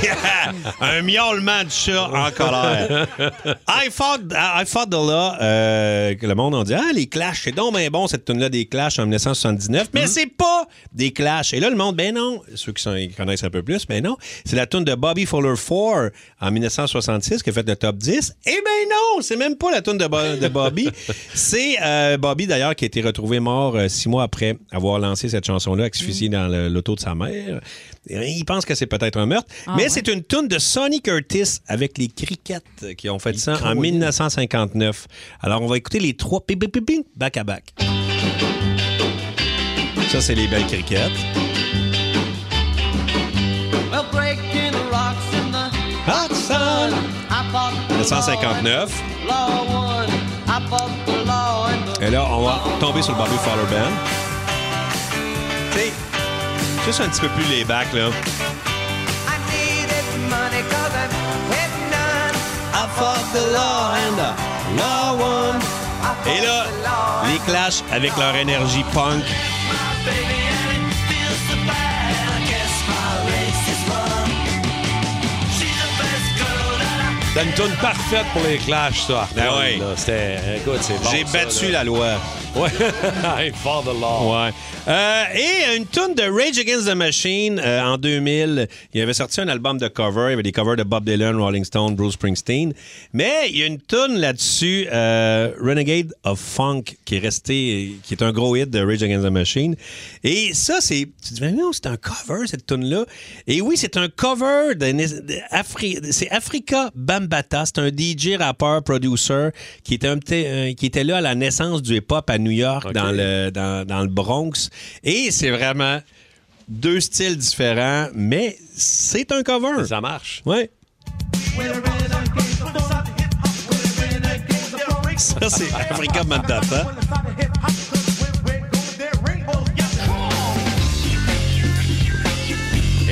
Yeah! Un miaulement de chat en colère. I fought, I fought the law. euh, que le monde en dit Ah, les Clash, c'est donc bien bon cette tune-là des Clash en 1979, Mm-hmm. mais c'est pas des Clash. Et là, le monde, ben non, ceux qui, sont- qui connaissent un peu plus, ben non, c'est la tune de Bobby Fuller 4 en 1966 qui a fait le top 10. Eh ben non, c'est même pas la tune de, Bo- de Bobby. c'est euh, Bobby d'ailleurs qui a été retrouvé mort euh, six mois après avoir lancé cette chanson-là, Mm. asphyxié dans le- l'auto de sa mère. Et Il pense que c'est peut-être un meurtre, Ah, mais ouais. c'est une tune de Sonny Curtis avec les Crickets qui ont fait ça Colin. en 1959. Alors, on va écouter les trois ping, ping, ping, ping, back à back. Ça, c'est les belles Crickets. Well, breaking the rocks in the hot sun. I fought the law 1959. and Law one, I fought the law and the Et là, on va tomber sur le Bobby Fowler Band. Tu sais, juste un petit peu plus les back, là. I needed money 'cause I'm with none. I fought the law and the Law one. Et là, les Clash avec leur énergie punk. T'as une tune parfaite pour les clashs, ça. Ben Arnold, ouais. là. C'était, écoute, c'est bon, J'ai ça, battu là. la loi. Ouais. I'm for the law. Ouais. Euh, et une tune de Rage Against the Machine euh, en 2000. Il avait sorti un album de cover. Il y avait des covers de Bob Dylan, Rolling Stone, Bruce Springsteen. Mais il y a une tune là-dessus, euh, Renegade of Funk, qui est resté, qui est un gros hit de Rage Against the Machine. Et ça, c'est, tu te dis, mais non, c'est un cover cette tune là. Et oui, c'est un cover de, de- Afri- c'est Africa Bambata. C'est un DJ rappeur, producer qui était un petit- euh, qui était là à la naissance du hip-hop à New York dans le dans, dans le Bronx. Et c'est vraiment deux styles différents, mais c'est un cover. Ça marche. Ouais. Ça, c'est Africa Bambata.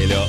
Et là.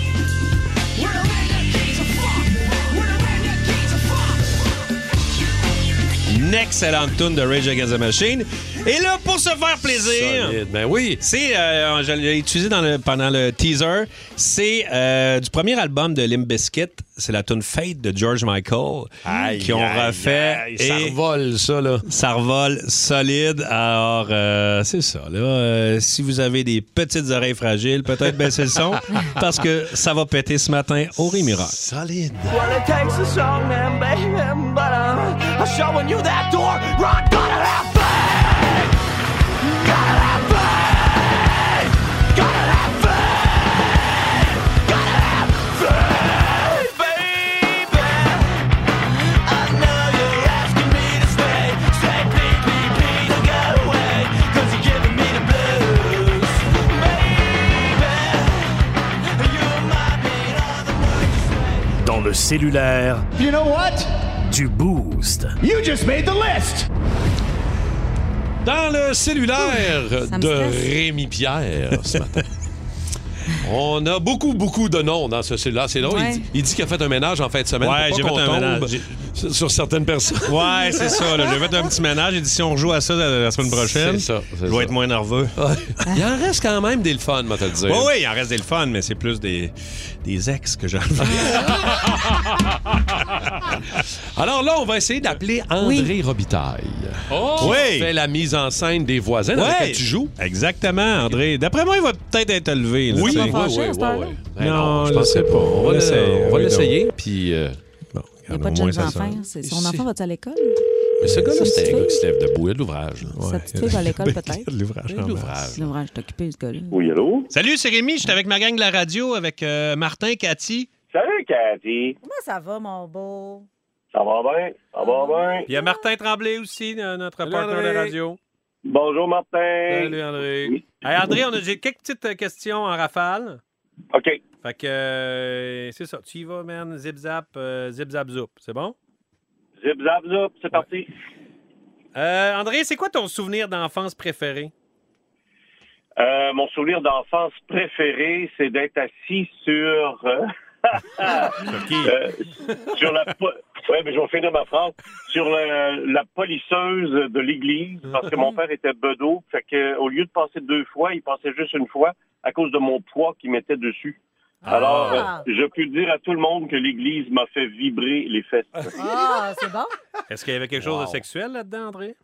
excellente tune de Rage Against the Machine. Et là, pour se faire plaisir, Solide, ben oui. c'est, euh, je l'ai utilisé dans le- pendant le teaser, c'est euh, du premier album de Limp Bizkit, c'est la tune Fate de George Michael, Aïe, qui ont aïe, refait. aïe, ça revole, ça, là. Ça revole solide. Alors, euh, c'est ça, là. Euh, si vous avez des petites oreilles fragiles, peut-être baissez le son, parce que ça va péter ce matin au Rémirac. Solide. Well, it takes a song and baby, but uh, I'm showing you that door. Run, gotta have faith. Gotta have faith. Gotta have faith. Gotta have faith, baby. I know you're asking me to stay. Say, please, please, please, don't go away. you you're giving me the blues. Baby, you might be Dans le cellulaire You know what? du Boost. You just made the list. Dans le cellulaire ça me de stresse. Rémi Pierre ce matin. On a beaucoup, beaucoup de noms dans ce cellulaire. C'est drôle. Ouais. Il dit, il dit qu'il a fait un ménage en fin de semaine. Ouais, pour j'ai pas fait qu'on un ménage. tombe Sur certaines personnes. Ouais, c'est ça. là. J'ai fait un petit ménage. J'ai dit si on rejoue à ça la, la semaine prochaine, C'est ça, je vais être moins nerveux. Il en reste quand même des le fun, moi, t'as dit. Oui, oui, il en reste des le fun, mais c'est plus des, des ex que j'enlève. Alors là, on va essayer d'appeler André Robitaille. Qui Oui. fait la mise en scène des voisins Ouais. dans laquelle tu joues. Exactement, André. D'après moi, il va peut-être être élevé. là, Oui, tu sais. oui, oui, oui, oui. Ben Non, je pensais pas. On va l'essayer. le- on va Oui, l'essayer, non. puis... euh, Il n'y a pas de moins, jeunes ça enfants. sort. C'est- Son enfant va-tu à l'école? Mais ce gars-là, Sa c'était un petite gars qui se lève debout, il y a de l'ouvrage. là. Sa petite fille va à l'école, peut-être? L'ouvrage. en masse. L'ouvrage, t'es occupé, ce gars-là. Oui, allô? Salut, c'est Rémi. Je suis avec ma gang de la radio, avec euh, Martin, Cathy. Salut, Cathy. Comment ça va, mon beau? Ça va bien? Ça va bien? Il y a Martin Tremblay aussi, euh, notre partenaire André. de radio. Bonjour, Martin. Salut, André. Hey, André, on a, j'ai quelques petites euh, questions en rafale. OK. Fait que euh, c'est ça. Tu y vas, man. Zip zap, euh, zip zap zoup. C'est bon? Zip, zap, zap, c'est parti. Euh, André, c'est quoi ton souvenir d'enfance préféré? Euh, mon souvenir d'enfance préféré, c'est d'être assis sur... euh, euh, sur la... po- Ouais, mais je vais finir ma phrase. Sur la, la polisseuse de l'église, parce que mon père était bedeau, fait que, au lieu de passer deux fois, il passait juste une fois à cause de mon poids qu'il mettait dessus. Alors, Ah. euh, je peux dire à tout le monde que l'église m'a fait vibrer les fesses. Ah, c'est bon? Est-ce qu'il y avait quelque chose de sexuel là-dedans, André?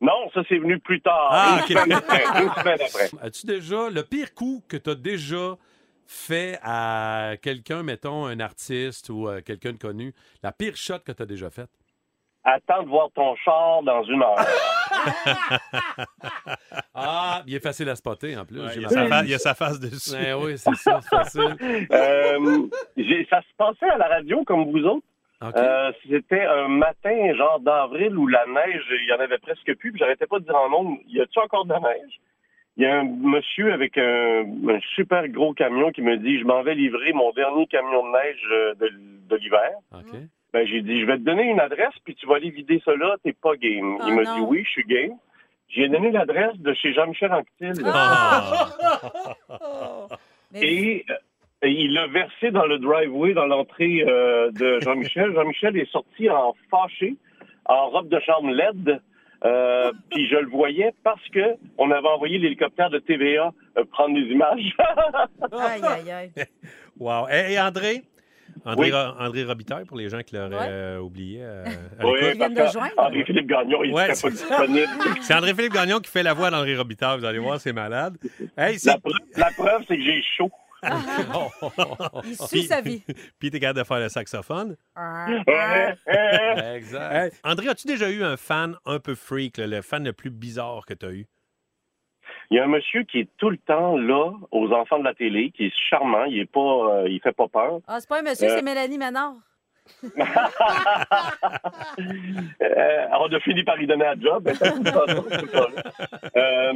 Non, ça, c'est venu plus tard. Ah, Une ok. semaine après, deux semaines après. As-tu déjà le pire coup que tu as déjà fait à quelqu'un, mettons un artiste ou euh, quelqu'un de connu, la pire shot que tu as déjà faite? Attends de voir ton char dans une heure. Ah, il est facile à spotter en plus. il y a sa fa- il y a sa face dessus. Ben oui, c'est ça, c'est facile. Euh, j'ai- ça se passait à la radio, comme vous autres. Euh, C'était un matin, genre d'avril, où la neige, il y en avait presque plus. Puis j'arrêtais pas de dire en nombre, y a-tu encore de la neige? Il y a un monsieur avec un, un super gros camion qui me dit, je m'en vais livrer mon dernier camion de neige euh, de, de l'hiver. Ben, j'ai dit, je vais te donner une adresse, puis tu vas aller vider ça là, t'es pas game. Ah, Il m'a non. dit, oui, je suis game. J'ai donné l'adresse de chez Jean-Michel Anctil. Ah. Et euh, et il l'a versé dans le driveway, dans l'entrée euh, de Jean-Michel. Jean-Michel est sorti en fâché, en robe de chambre LED. euh, puis je le voyais parce que on avait envoyé l'hélicoptère de TVA euh, prendre des images. Aïe, aïe, aïe. Wow. Et, et André? André, Oui. Ro- André Robitaille, pour les gens qui l'auraient euh, oublié. euh, à Oui, l'écoute. parce que André-Philippe Gagnon, il n'était Ouais, pas c'est- disponible. C'est André-Philippe Gagnon qui fait la voix d'André Robitaille. Vous allez voir, c'est malade. Hey, la, preuve, la preuve, c'est que j'ai chaud. Ah, Il suit sa vie. Puis t'es capable de faire le saxophone. ah. exact. Hey, André, as-tu déjà eu un fan un peu freak, là, le fan le plus bizarre que tu as eu? Il y a un monsieur qui est tout le temps là aux enfants de la télé, qui est charmant, il est pas, euh, il fait pas peur. Ah, c'est pas un monsieur, Euh. c'est Mélanie Ménard. Euh, on a fini par lui donner un job. mais c'est pas ça, c'est pas ça. Euh,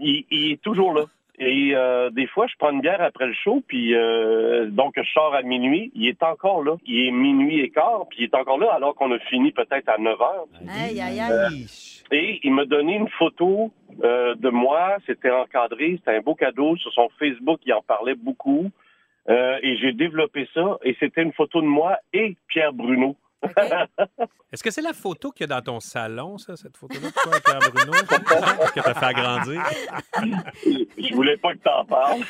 il, il est toujours là. Et euh, des fois, je prends une bière après le show, puis euh, donc je sors à minuit. Il est encore là. Il est minuit et quart, puis il est encore là, alors qu'on a fini peut-être à 9 heures. Aïe, aïe, Euh, aïe. et il m'a donné une photo euh, de moi. C'était encadré, c'était un beau cadeau. Sur son Facebook, il en parlait beaucoup. Euh, et j'ai développé ça. Et c'était une photo de moi et Pierre Bruno. Est-ce que c'est la photo qu'il y a dans ton salon, ça, cette photo-là, de toi, avec Pierre Bruno, que t'as fait agrandir? Je voulais pas que t'en parles.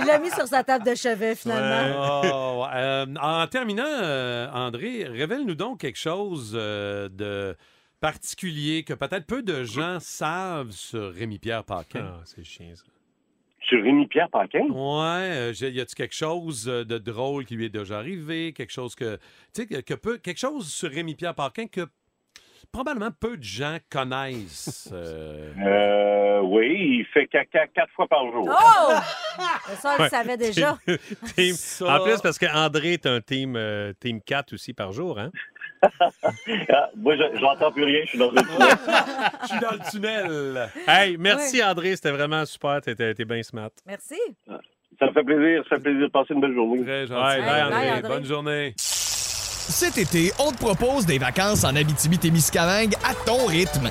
Il l'a mis sur sa table de chevet, finalement. Ouais. Oh, ouais. Euh, en terminant, euh, André, révèle-nous donc quelque chose euh, de particulier que peut-être peu de gens savent sur Rémi-Pierre Paquin. Ah, c'est chiant, ça. Sur Rémi-Pierre Paquin? Ouais. euh, j'ai- y a-tu quelque chose euh, de drôle qui lui est déjà arrivé? Quelque chose que. Tu sais, que, que peu- quelque chose sur Rémi-Pierre Paquin que probablement peu de gens connaissent. euh. Euh, oui, il fait caca quatre fois par jour. Oh! Mais Ça, on le Ouais. savait déjà. Team- team- Ça- En plus, parce qu'André est un team, euh, team 4 aussi par jour, hein? Ah, moi, je- j'entends plus rien, je suis dans le tunnel. Je suis dans le tunnel. Hey, merci André, c'était vraiment super. T'étais t'es bien smart. Merci. Ça me fait plaisir, ça me fait plaisir. Passez une belle journée. Très gentil. Ouais, bye, André. André. Bonne journée. Cet été, on te propose des vacances en Abitibi-Témiscamingue à ton rythme.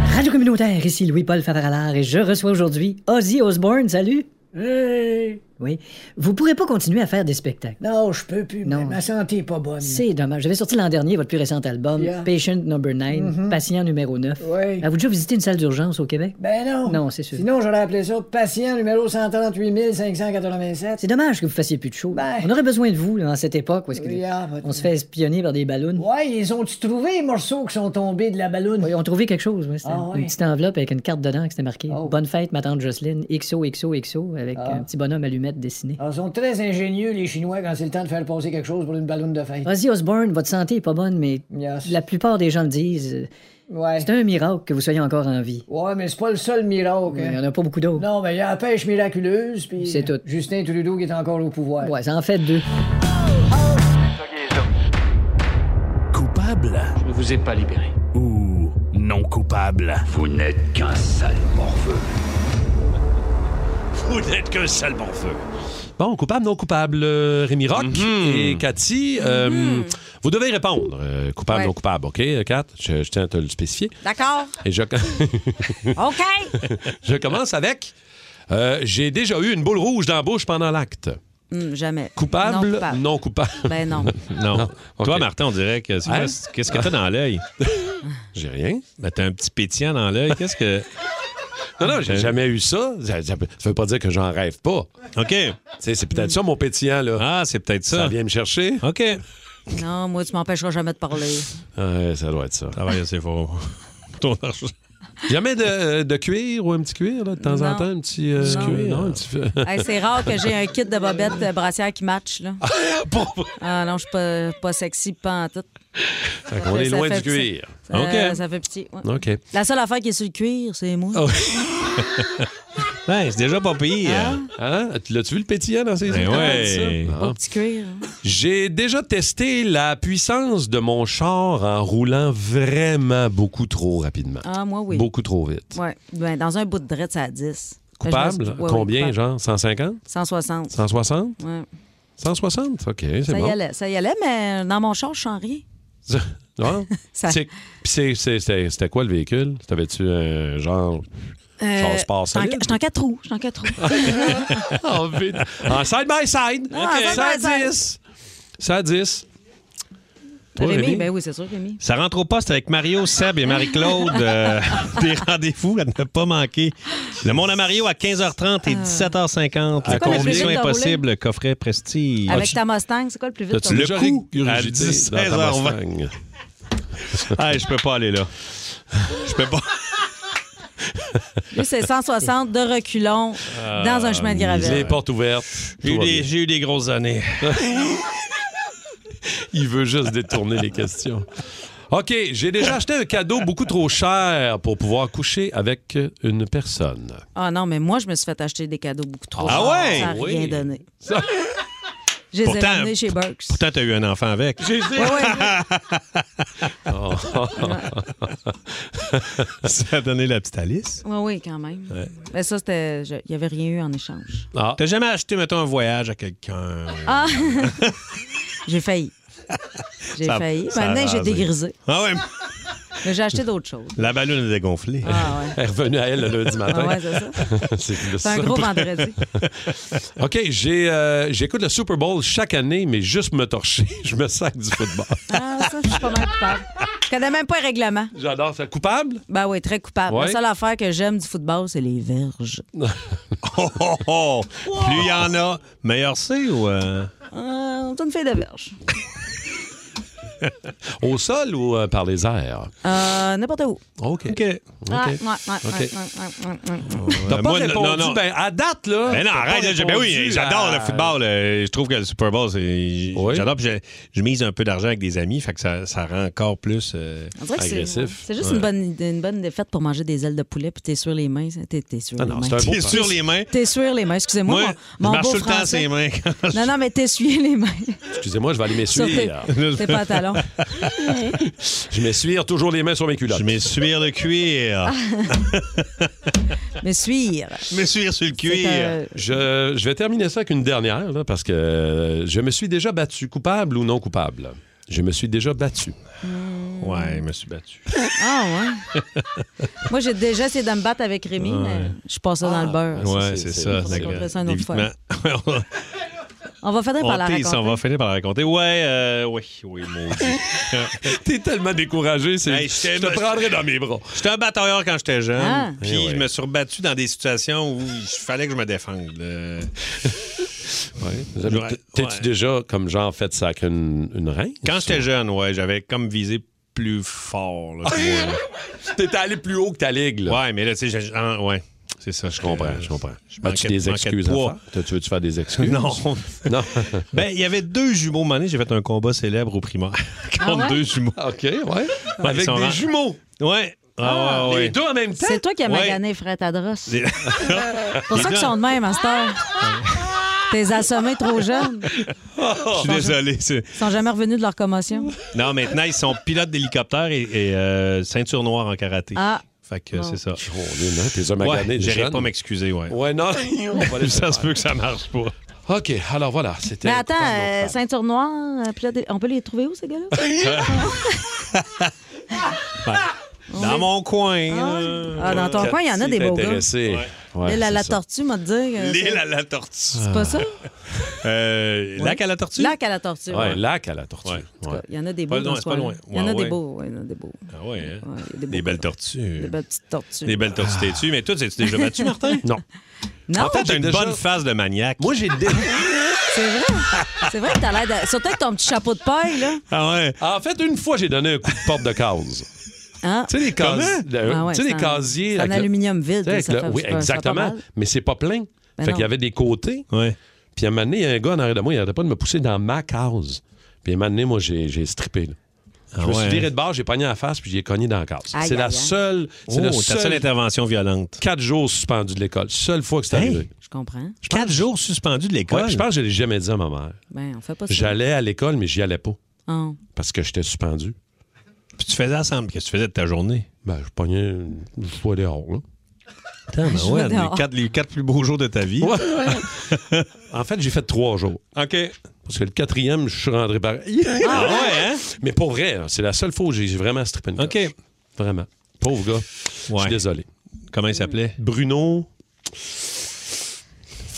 Radio communautaire, ici Louis-Paul Favaralard et je reçois aujourd'hui Ozzy Osbourne. Salut! Oui. Vous pourrez pas continuer à faire des spectacles. Non, je peux plus. Non. mais Ma santé est pas bonne. C'est dommage. J'avais sorti l'an dernier votre plus récent album, Yeah. Patient Number 9, Mhm. Patient numéro 9. Oui. Avez-vous déjà visité une salle d'urgence au Québec? Ben non. Non, c'est sûr. Sinon, j'aurais appelé ça patient numéro 138 587. C'est dommage que vous fassiez plus de show. Ben. On aurait besoin de vous là, dans cette époque où est-ce que les- Yeah, but- on se fait espionner par des ballons. Ouais, ils ont-tu trouvé les morceaux qui sont tombés de la balloune? Ils ont trouvé quelque chose. ouais, c'était Ah, une ouais. Oh. petite enveloppe avec une carte dedans qui était marquée Bonne fête, ma tante Jocelyne, XO, XO, XO, avec Ah. un petit bonhomme allumette dessiné. Alors, ils sont très ingénieux, les Chinois, quand c'est le temps de faire passer quelque chose pour une balloune de fête. Ozzy Osbourne, votre santé est pas bonne, mais Ah, la plupart des gens le disent. euh, C'est un miracle que vous soyez encore en vie. Ouais, mais c'est pas le seul miracle. Il hein. n'y en a pas beaucoup d'autres. Non, mais il y a la pêche miraculeuse, puis C'est tout. Justin Trudeau qui est encore au pouvoir. Ouais, ça en fait deux. Coupable Je ne vous ai pas libéré. ou non coupable? Vous n'êtes qu'un sale morveux. Vous n'êtes qu'un sale bon feu. Bon, coupable, non coupable, euh, Rémi Rock et Cathy, euh, vous devez répondre. euh, coupable, Ouais. non coupable, OK, euh, Kat? Je, je tiens à te le spécifier. D'accord? Et je... OK. je commence avec euh, J'ai déjà eu une boule rouge dans la bouche pendant l'acte. Hum, jamais. Coupable, Non non coupable. coupable. Ben non. Non. Toi, Martin, on dirait que. c'est Hein? quoi, c'est- Qu'est-ce que t'as dans l'œil? J'ai rien. Ben, t'as un petit pétillant dans l'œil. Qu'est-ce que. Non, non, j'ai jamais eu ça. Ça, ça- ça veut pas dire que j'en rêve pas. OK. c'est peut-être ça, mon pétillant, là. Ah, c'est peut-être ça. Ça vient me chercher. OK. Non, moi, tu m'empêcheras jamais de parler. Ouais, ça doit être ça. Travaille assez fort. Ton argent. Jamais de, de cuir ou un petit cuir, là, de temps en Non. temps, un petit euh, Non. cuir. Non, un petit... Hey, c'est rare que j'ai un kit de bobettes euh, brassière qui match. Là. Ah non, je suis pas, pas sexy, pas en tout. Fait qu'on est Ça loin fait du petit. cuir. Ça, OK. ça fait petit. ouais. OK. Ah La seule affaire qui est sur le cuir, c'est moi. Oh. Ouais, c'est déjà pas pire. Hein? Hein? L'as-tu vu le pétillant dans ses yeux? Ben quand ouais. elle dit ça? Ah. Petit cuir. hein. J'ai déjà testé la puissance de mon char en roulant vraiment beaucoup trop rapidement. Ah, moi, oui. Beaucoup trop vite. Ouais. Ben, dans un bout de drette, ça à 10. Ben, je me suis- Coupable? ouais, ouais, Combien, coupable. genre? 150? 160. 160? Ouais. 160? OK, c'est Ça y bon. allait, ça y allait, mais euh, dans mon char, je sens rien. Ouais. Ça- C'est- pis c'est- c'est- C'était c'était quoi le véhicule? T'avais-tu un genre. Euh, Genre sport j'étais en- solide? J'étais en quatre roues. J'étais en quatre roues. en vide. En side-by-side. Ah, en side-by-side. 110. 110. Toi, Rémi, Rémi? ben oui, c'est sûr, Rémi. Ça rentre au poste avec Mario, Seb et Marie-Claude. euh, des rendez-vous à ne pas manquer. Le Monde à Mario à 15h30 et 17h50. Ah. C'est La quoi le plus condition vite de impossible, le coffret prestige. Avec ta Mustang, c'est quoi le plus vite? hein? As-tu qu'on- le coup à 16 dans ta h 20 Mustang? Hey, je peux pas aller là. Je peux pas. Lui, c'est 160 de reculons dans un chemin de Les gravelle. portes ouvertes. Euh, J'ai eu, des, j'ai eu des grosses années. Il veut juste détourner les questions. OK, j'ai déjà acheté un cadeau beaucoup trop cher pour pouvoir coucher avec une personne. Ah non, mais moi, je me suis fait acheter des cadeaux beaucoup trop Ah chers. ouais? Ça n'a Oui. rien donné. Je les ai Pourtant- ramenés chez Burks. Pourtant, t'as eu un enfant avec. Ouais, ouais. Oh. Ça a donné la petite Alice. Oui, oui, quand même. Ouais. Mais ça, c'était. je- Il n'y avait rien eu en échange. Ah. T'as jamais acheté, mettons, un voyage à quelqu'un? Ah! j'ai failli. J'ai Ça- failli. ça a Maintenant, j'ai rasé. dégrisé. Ah ouais, Mais j'ai acheté d'autres choses. la ballonne est dégonflée. Ah ouais. Elle est revenue à elle le lundi matin. Ah ouais, c'est ça. c'est plus C'est un ça. gros vendredi. OK, j'ai, euh, j'écoute le Super Bowl chaque année, mais juste me torcher. Je me sac du football. Ah, ça, je suis pas mal coupable. Je connais même pas les règlements. J'adore ça. Coupable? Ben oui, très coupable. Ouais. La seule affaire que j'aime du football, c'est les verges. Oh, oh, oh. Plus il y en a, meilleur c'est ou. euh? Euh, on est une fille de verge. Au sol ou euh, par les airs? Euh, N'importe où. OK. Ouais, ouais, OK. ouais, ouais, ouais, ouais, ouais, ouais. Oh, T'as pas Moi, non, répondu, non, non. ben, à date, Oh, là. t'as Ben non, pas arrête. là, j'ai- ben oui, répondu j'adore à- le football. euh, Je trouve que le Super Bowl, c'est. J'adore. puis Je, je mise un peu d'argent avec des amis, fait que ça, ça rend encore plus euh, On dirait que c'est- agressif. C'est juste Ouais. une, bonne, idée- une bonne défaite pour manger des ailes de poulet, puis t'es sur les mains. ça. T'es t'es sur Ah les non, mains. c'est un beau T'es sur parti. les mains. T'es sur les mains. Excusez-moi. Moi, mon, je mon marche beau tout le temps français. ses mains. Non, non, mais t'essuyes les mains. Excusez-moi, je vais aller Sur tes, m'essuyer. hein. tes pantalons. Je m'essuie toujours les mains sur mes culottes. Je m'essuie le cuir. Mais suire. Mais suire sur le cuir. un- Je, je vais terminer ça avec une dernière, là, parce que euh, je me suis déjà battu, coupable ou non coupable. Je me suis déjà battu. Ouais, je me suis battu. Ah ouais. Moi, j'ai déjà essayé de me battre avec Rémi, mais je suis passée dans le beurre. Ah, Ouais, c'est ça. On racontera ça une autre fois. Évidemment. On va finir par la On tease, raconter. on va finir par la raconter. Ouais, euh, oui, oui, maudit. T'es tellement découragé, c'est. je te prendrais dans mes bras. J'étais un batailleur quand j'étais jeune, Ah. puis Eh ouais. je me suis rebattu dans des situations où il fallait que je me défende. euh. Vous avez- Ouais. T'es-tu Ouais. déjà, comme genre, fait ça avec une, une reine? Quand j'étais jeune, ouais, j'avais comme visé plus fort. là, tu vois, là. T'étais allé plus haut que ta ligue. Là. Ouais, mais là, tu sais, j'ai- ah, ouais, c'est ça. Je comprends, je comprends. As-tu des excuses à faire? T'as- Tu veux-tu faire des excuses? Oh, Non. non. Ben, il y avait deux jumeaux. Mané, j'ai fait un combat célèbre au primaire contre ouais? deux jumeaux. Ah OK, ouais. ils Avec sont des ren- jumeaux. Ouais. Ah, Ah, ouais, ouais. les deux en même C'est toi qui as Ouais. magané Fred Tadros. Les- C'est pour ça qu'ils Les sont de même, Master. T'es assommé trop jeune. Oh, Je suis désolé. c'est- Ils sont jamais revenus de leur commotion. Non, maintenant, ils sont pilotes d'hélicoptère et, et, euh, ceinture noire en karaté. Ah. Fait que Bon. c'est ça. t'es un magané ouais, de j'irai jeune. pas m'excuser, ouais. Ouais, non. on va laisser ça se faire. peut que ça marche pas. OK, alors voilà, c'était. Mais attends, coupable, non euh, coupable. ceinture noire, euh, puis là, des- on peut les trouver où, ces gars-là? Dans mon coin. Ah, dans ton coin, il y en a des beaux gars. intéressé. Ouais. L'île à la tortue, m'a dit. que L'île c'est- à la tortue. C'est Ah. pas ça? Euh, Lac à la tortue? Lac à la tortue. Ouais, ouais. lac à la tortue. Ouais. Il y en a des Pas beaux loin, dans ce c'est pas coin-là. loin. Il y en a Ouais, des ouais. beaux, ouais, il y en a des beaux. Ah ouais, hein? Ouais, il y a des beaux Des belles gars. tortues. Des belles petites tortues. Des belles tortues têtues. Mais toi, t'es-tu déjà battu, Martin? Non. Non. En fait, j'ai t'as une déjà- bonne face de maniaque. Moi, j'ai C'est vrai. C'est vrai que t'as l'air de... Surtout avec ton petit chapeau de paille, là. Ah ouais. En fait, une fois, j'ai donné un coup de porte de case. Hein? Tu sais, les, case- le- Ah ouais, tu sais, les c'est un- casiers. c'est un avec le- aluminium vide, tu sais, avec ça le- fait- Oui, ça fait- ça fait pas exactement. mal. Mais c'est pas plein. Ben fait non. qu'il y avait des côtés. Puis à un moment donné, il y a un gars en arrière de moi, il n'arrêtait pas de me pousser dans ma case. Puis à un moment donné, moi, j'ai j'ai strippé. là. je me ouais, suis viré hein? de bord, j'ai pogné la face, puis j'ai cogné dans la case. Aïe, C'est la aïe, aïe. seule. C'est Oh, la ta seule, seule intervention violente. Quatre jours suspendu de l'école. Seule fois que c'est Hey! arrivé. Je comprends. Quatre jours suspendus de l'école. Ouais, puis je pense que je l'ai jamais dit à ma mère. Ben, on fait pas ça. J'allais à l'école, mais j'y allais pas. Ah. Parce que j'étais suspendu. Puis tu faisais ensemble. Qu'est-ce que tu faisais de ta journée? Ben, je pognais une une fois dehors, là. Putain, ben ouais, les dehors. quatre, les quatre plus beaux jours de ta vie. en fait, j'ai fait trois jours. OK. Parce que le quatrième, je suis rentré par. Ah ouais, hein? Mais pour vrai, hein, c'est la seule fois où j'ai vraiment strippé une OK. Vraiment. Pauvre gars. Je suis désolé. Comment il s'appelait? Bruno.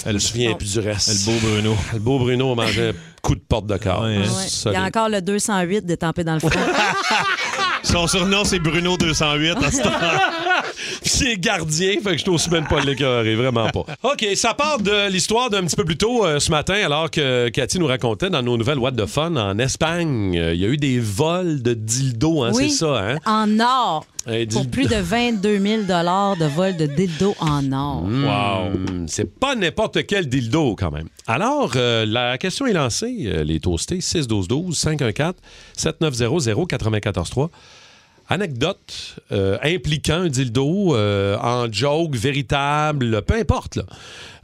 Elle se souvient plus du reste. Le beau Bruno. hein? Le beau Bruno mangeait un coup de porte de corps. Ouais. Il y a encore le 208 détampé dans le front. Son surnom, c'est Bruno 208 à ce temps-là. Puis c'est gardien, fait que je n'ose même pas l'écœurer, vraiment pas. OK, ça part de l'histoire d'un petit peu plus tôt euh, ce matin, alors que Cathy nous racontait dans nos nouvelles What de Fun en Espagne. euh, Il y a eu des vols de dildos, hein, Oui. c'est ça, hein? En or. Eh, Pour dis- plus de 22 000 de vol de dildo en or. Hmm. Wow! C'est pas n'importe quel dildo, quand même. Alors, euh, la question est lancée, euh, les toastés, 6-12-12, 514-7900-943. anecdote euh, impliquant un dildo euh, en joke, véritable, peu importe. là.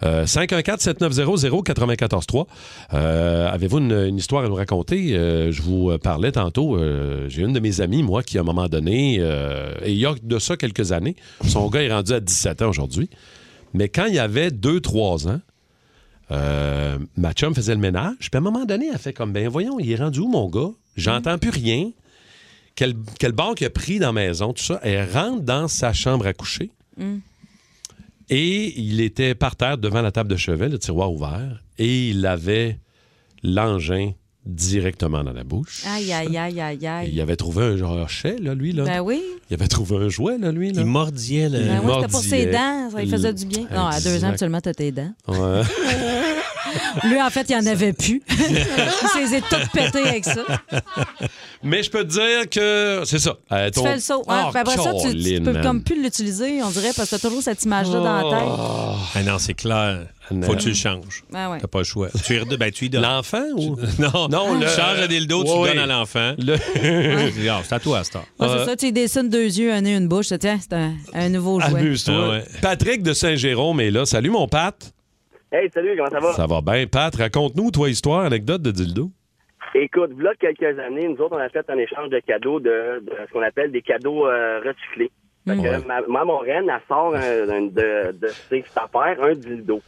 Euh, 514-7900-943. Euh, Avez-vous une, une histoire à nous raconter? Euh, je vous parlais tantôt, euh, j'ai une de mes amies, moi, qui à un moment donné, euh, et il y a de ça quelques années, son gars est rendu à 17 ans aujourd'hui, mais quand il avait 2-3 ans, euh, ma chum faisait le ménage. Puis à un moment donné, elle fait comme, ben voyons, il est rendu où mon gars? J'entends plus rien. Quel, quel banc il a pris dans la maison, tout ça. Elle rentre dans sa chambre à coucher. Et il était par terre devant la table de chevet, le tiroir ouvert. Et il avait l'engin directement dans la bouche. Aïe, aïe, aille, aille, Et aille. il avait trouvé un hochet, là, lui. Là. Ben oui. Il avait trouvé un jouet, là, lui. Là. Il mordillait. le Ben oui, c'était pour ses dents, ça lui faisait du bien. Non, à deux ans, seulement, t'as tes dents. Ouais. Lui, en fait, il en avait plus. il s'est les a toutes pétées avec ça. Mais je peux te dire que c'est ça. Euh, Tu ton- fais le saut. Ouais, Oh, puis après ça, tu, tu Colin, peux man. Oh. comme plus l'utiliser, on dirait, parce que t'as toujours cette image-là dans la tête. Ah non, c'est clair. Faut que tu le changes. Ah ouais. T'as pas le choix. Tu y redonnes- ben, tu y donnes. L'enfant ou? Non, Non, tu le- changes à dildo, tu Ouais, le ouais. donnes à l'enfant. Le- Tu dis, Ah, c'est à toi, Star. Ouais, Euh, c'est ça, tu y dessines deux yeux, un nez, une bouche. Tiens, c'est un, un nouveau jouet. Amuse-toi. Patrick de Saint-Jérôme est là. Salut, mon Pat. Hey, salut, comment ça va? Ça va bien. Pat, raconte-nous, toi, histoire, anecdote de dildo. Écoute, voilà quelques années, nous autres, on a fait un échange de cadeaux, de, de ce qu'on appelle des cadeaux euh, recyclés. Fait que ma, ma moraine, elle sort un- un- de, de ses affaires un dildo.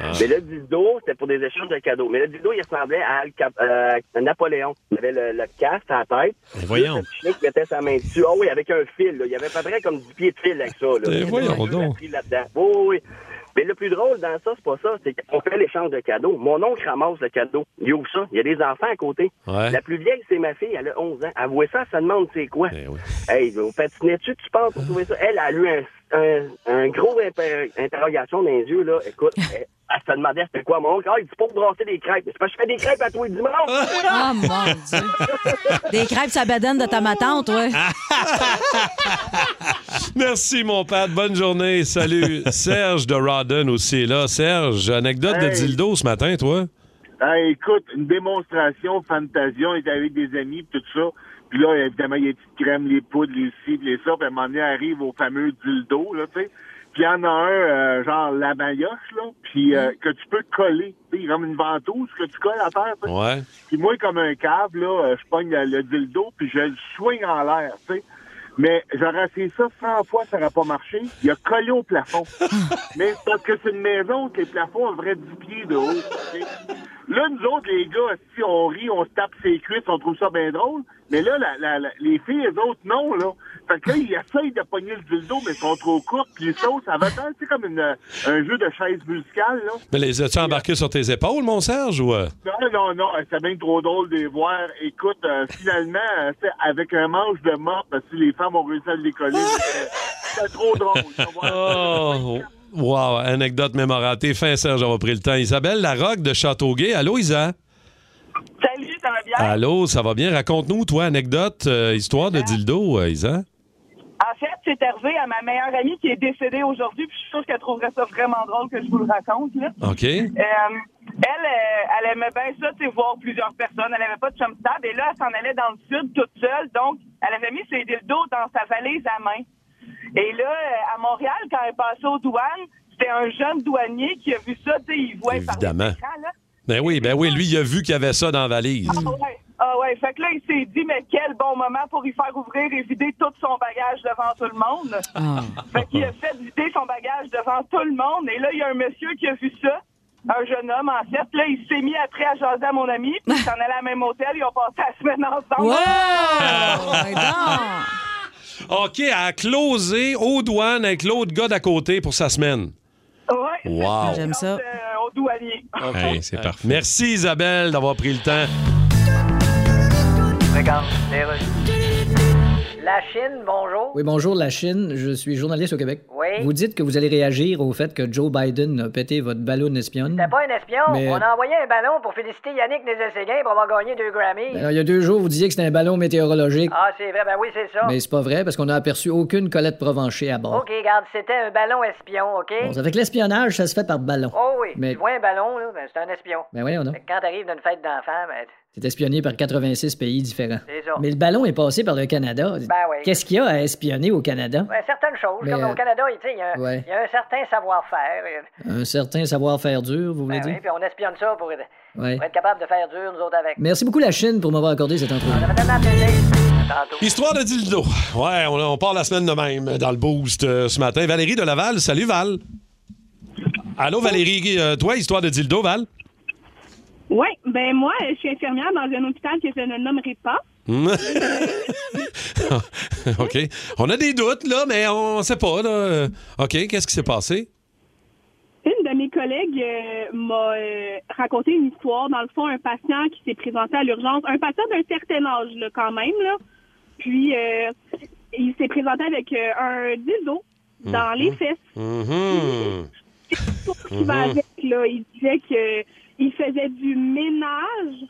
Ah. Mais le dildo, c'était pour des échanges de cadeaux. Mais le dildo, il ressemblait à, Al Cap- euh, à Napoléon. Il avait le, le casque à la tête. Mais voyons. Le chien qui mettait sa main dessus. Ah oui, avec un fil. là. Il y avait à peu près comme 10 pieds de fil avec ça. Là. Eh, voyons Il y avait donc. un prix là-dedans. Oui, oui, oui. Mais le plus drôle dans ça, c'est pas ça. C'est qu'on fait l'échange de cadeaux. Mon oncle ramasse le cadeau. Il ouvre ça. Il y a des enfants à côté. Ouais. La plus vieille, c'est ma fille. Elle a 11 ans. Elle voit ça, ça demande c'est quoi. Eh Hey, vous patinez-tu, tu penses, pour trouver ça? Elle a eu un, un, un gros imper- interrogation dans les yeux, là. Écoute, elle, elle se demandait c'était quoi mon oncle. Ah, il dit pas pour brasser des crêpes. Mais C'est parce que je fais des crêpes à tous les dimanches. Ah, mon Dieu. Des crêpes sur la badane de ta matante, ouais. Merci, mon Pat. Bonne journée. Salut. Serge de Rodden aussi est là. Serge, anecdote de Hey. dildo ce matin, toi. Ah, écoute, une démonstration, Fantasia, on était avec des amis, pis tout ça. Puis là, évidemment, il y a des petites crèmes, les poudres, les cibles, les ça. Puis à un moment donné, arrive au fameux dildo, là, tu sais. Puis il y en a un, euh, genre la maillotche, là, puis euh, que tu peux coller. Tu sais, comme une ventouse que tu colles à terre, tu sais. Ouais. Puis moi, comme un cave, là, euh, je pogne le, le dildo, puis je le swing en l'air, tu sais. Mais j'aurais essayé ça 100 fois, ça n'aurait pas marché. Il a collé au plafond. Mais c'est parce que c'est une maison que les plafonds ont vrai 10 pieds de haut. tu sais. Là, nous autres, les gars, si on rit, on se tape ses cuisses, on trouve ça bien drôle. Mais là, la- la- la- les filles, les autres, non, là. Fait que là, ils essayent de pogner le dildo, mais ils sont trop courts, puis ils sautent. Ça va tant, c'est comme une, euh, un jeu de chaise musicale, là. Mais les as-tu embarqués sur tes épaules, mon Serge, ou... euh? Non, non, non, euh, c'est bien trop drôle de les voir. Écoute, euh, finalement, euh, c'est avec un manche de mort, parce que les femmes ont réussi à le décoller, mais c'est- c'est trop drôle. Oh, wow, anecdote mémorable. T'es fin, Serge, on a pris le temps. Isabelle Larocque de Châteauguay. Allô, Isa? Salut, ça va bien? Allô, ça va bien? Raconte-nous, toi, anecdote, euh, histoire de dildo, euh, Isa. En fait, c'est arrivé à ma meilleure amie qui est décédée aujourd'hui, puis je suis sûre qu'elle trouverait ça vraiment drôle que je vous le raconte. Là. OK. Euh, elle, euh, elle aimait bien ça, tu sais, voir plusieurs personnes. Elle n'avait pas de chum stable. Et là, elle s'en allait dans le sud toute seule. Donc, elle avait mis ses dildos dans sa valise à main. Et là, euh, à Montréal, quand elle passait aux douanes, c'était un jeune douanier qui a vu ça, tu sais, il voyait par Évidemment. l'écran, là. Ben oui, ben oui, lui, il a vu qu'il y avait ça dans la valise. Ah ouais. Ah ouais, fait que là, il s'est dit, mais quel bon moment pour y faire ouvrir et vider tout son bagage devant tout le monde. Fait qu'il Ben, a fait vider son bagage devant tout le monde. Et là, il y a un monsieur qui a vu ça, un jeune homme en fait. Là, il s'est mis après à jaser à mon ami, puis ils s'en allaient à la même hôtel, ils ont passé la semaine ensemble. OK, à closer aux douanes avec l'autre gars d'à côté pour sa semaine. Ouais, Wow. Ah. J'aime ça. Euh, au douanier. Hey, c'est parfait. Merci, Isabelle, d'avoir pris le temps. La Chine, bonjour. Oui, bonjour la Chine, je suis journaliste au Québec. Oui. Vous dites que vous allez réagir au fait que Joe Biden a pété votre ballon espionne. T'es pas un espion. Mais- euh, On a envoyé un ballon pour féliciter Yannick Nézet-Séguin pour avoir gagné deux Grammys. Ben, il y a deux jours, vous disiez que c'était un ballon météorologique. Ah, c'est vrai, ben oui, c'est ça. Mais c'est pas vrai parce qu'on n'a aperçu aucune Colette Provencher à bord. OK, garde, c'était un ballon espion, OK? Bon, avec l'espionnage, ça se fait par ballon. Oh oui, Mais- tu vois un ballon, là, ben, c'est un espion. Ben voyons donc. Fait que Quand t'arrives d'une fête d'enfants, ben, C'est espionné par 86 pays différents. C'est ça. Mais le ballon est passé par le Canada. Ben oui. Qu'est-ce qu'il y a à espionner au Canada? Ouais, certaines choses. Mais, comme euh, au Canada, il tu sais, il y, a un- ouais. il y a un certain savoir-faire. Un certain savoir-faire dur, vous voulez Ben oui, dire? puis on espionne ça pour, Ouais. pour être capable de faire dur, nous autres, avec. Merci beaucoup la Chine pour m'avoir accordé cette entrevue. Histoire de dildo. Ouais, on, on part la semaine de même dans le boost euh, ce matin. Valérie de Laval, salut Val. Allô Valérie, euh, toi, histoire de dildo, Val? Oui, ben moi, je suis infirmière dans un hôpital que je ne nommerai pas. Hmm. OK. On a des doutes, là, mais on sait pas, là. Euh, OK, qu'est-ce qui s'est passé? Une de mes collègues euh, m'a euh, raconté une histoire. Dans le fond, un patient qui s'est présenté à l'urgence, un patient d'un certain âge, là, quand même, là. Puis, euh, il s'est présenté avec euh, un dildo dans les fesses. Mm-hmm. Mhm. qui va Mhm. avec, là. Il disait que il faisait du ménage,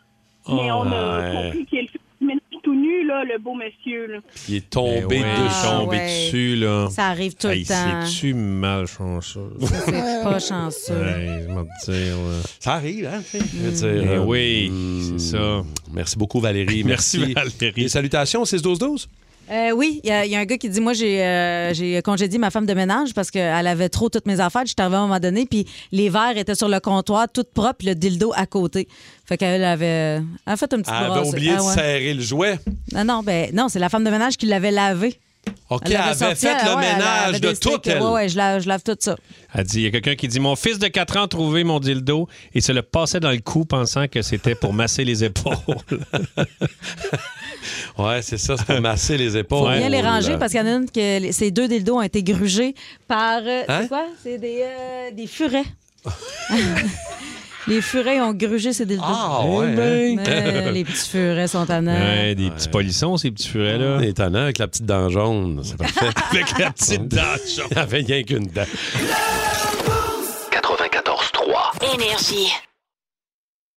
mais Ah. on a Ouais. compris qu'il faisait du ménage tout nu, là, le beau monsieur, là. Il est tombé Eh ouais, il est dessus. tombé ouais. dessus, là. Ça arrive tout le temps. C'est-tu malchanceux? Ça, c'est pas chanceux. Ouais, je m'en dire, là. Ça arrive, hein? tu sais. Je veux Mm. dire, Eh euh, oui, c'est ça. Merci beaucoup, Valérie. Merci, Valérie. Et salutations, 6-12-12? Euh, oui, il y, a- il y a un gars qui dit Moi, j'ai euh, j'ai congédié ma femme de ménage parce qu'elle avait trop toutes mes affaires. J'étais arrivée à un moment donné, puis les verres étaient sur le comptoir, tout propre, puis le dildo à côté. Fait qu'elle avait. Elle a fait une petite Elle avait brassée. oublié Ah de ouais. serrer le jouet. Non, non, ben, non c'est la femme de ménage qui l'avait lavé. OK, l'avait elle avait sorti, fait elle- le ouais, elle ménage avait de des tout, stickers. elle. Ouais, ouais, je lave, je lave tout ça. Elle dit, il y a quelqu'un qui dit, mon fils de 4 ans a trouvé mon dildo et se le passait dans le cou pensant que c'était pour masser les épaules. ouais, c'est ça, c'est pour masser les épaules. Faut bien les ranger parce qu'il y en a une que les- ces deux dildos ont été grugés par. euh, Hein? C'est quoi? C'est des, euh, des furets. les furets ont grugé ces dildos. Ah, ouais, hein? Mais les petits furets sont tannants. Ouais, des petits polissons, ces petits furets-là. Étonnant, avec la petite dent jaune. C'est parfait. avec la petite dent jaune. Il n'y avait rien qu'une dent. 94-3. Énergie.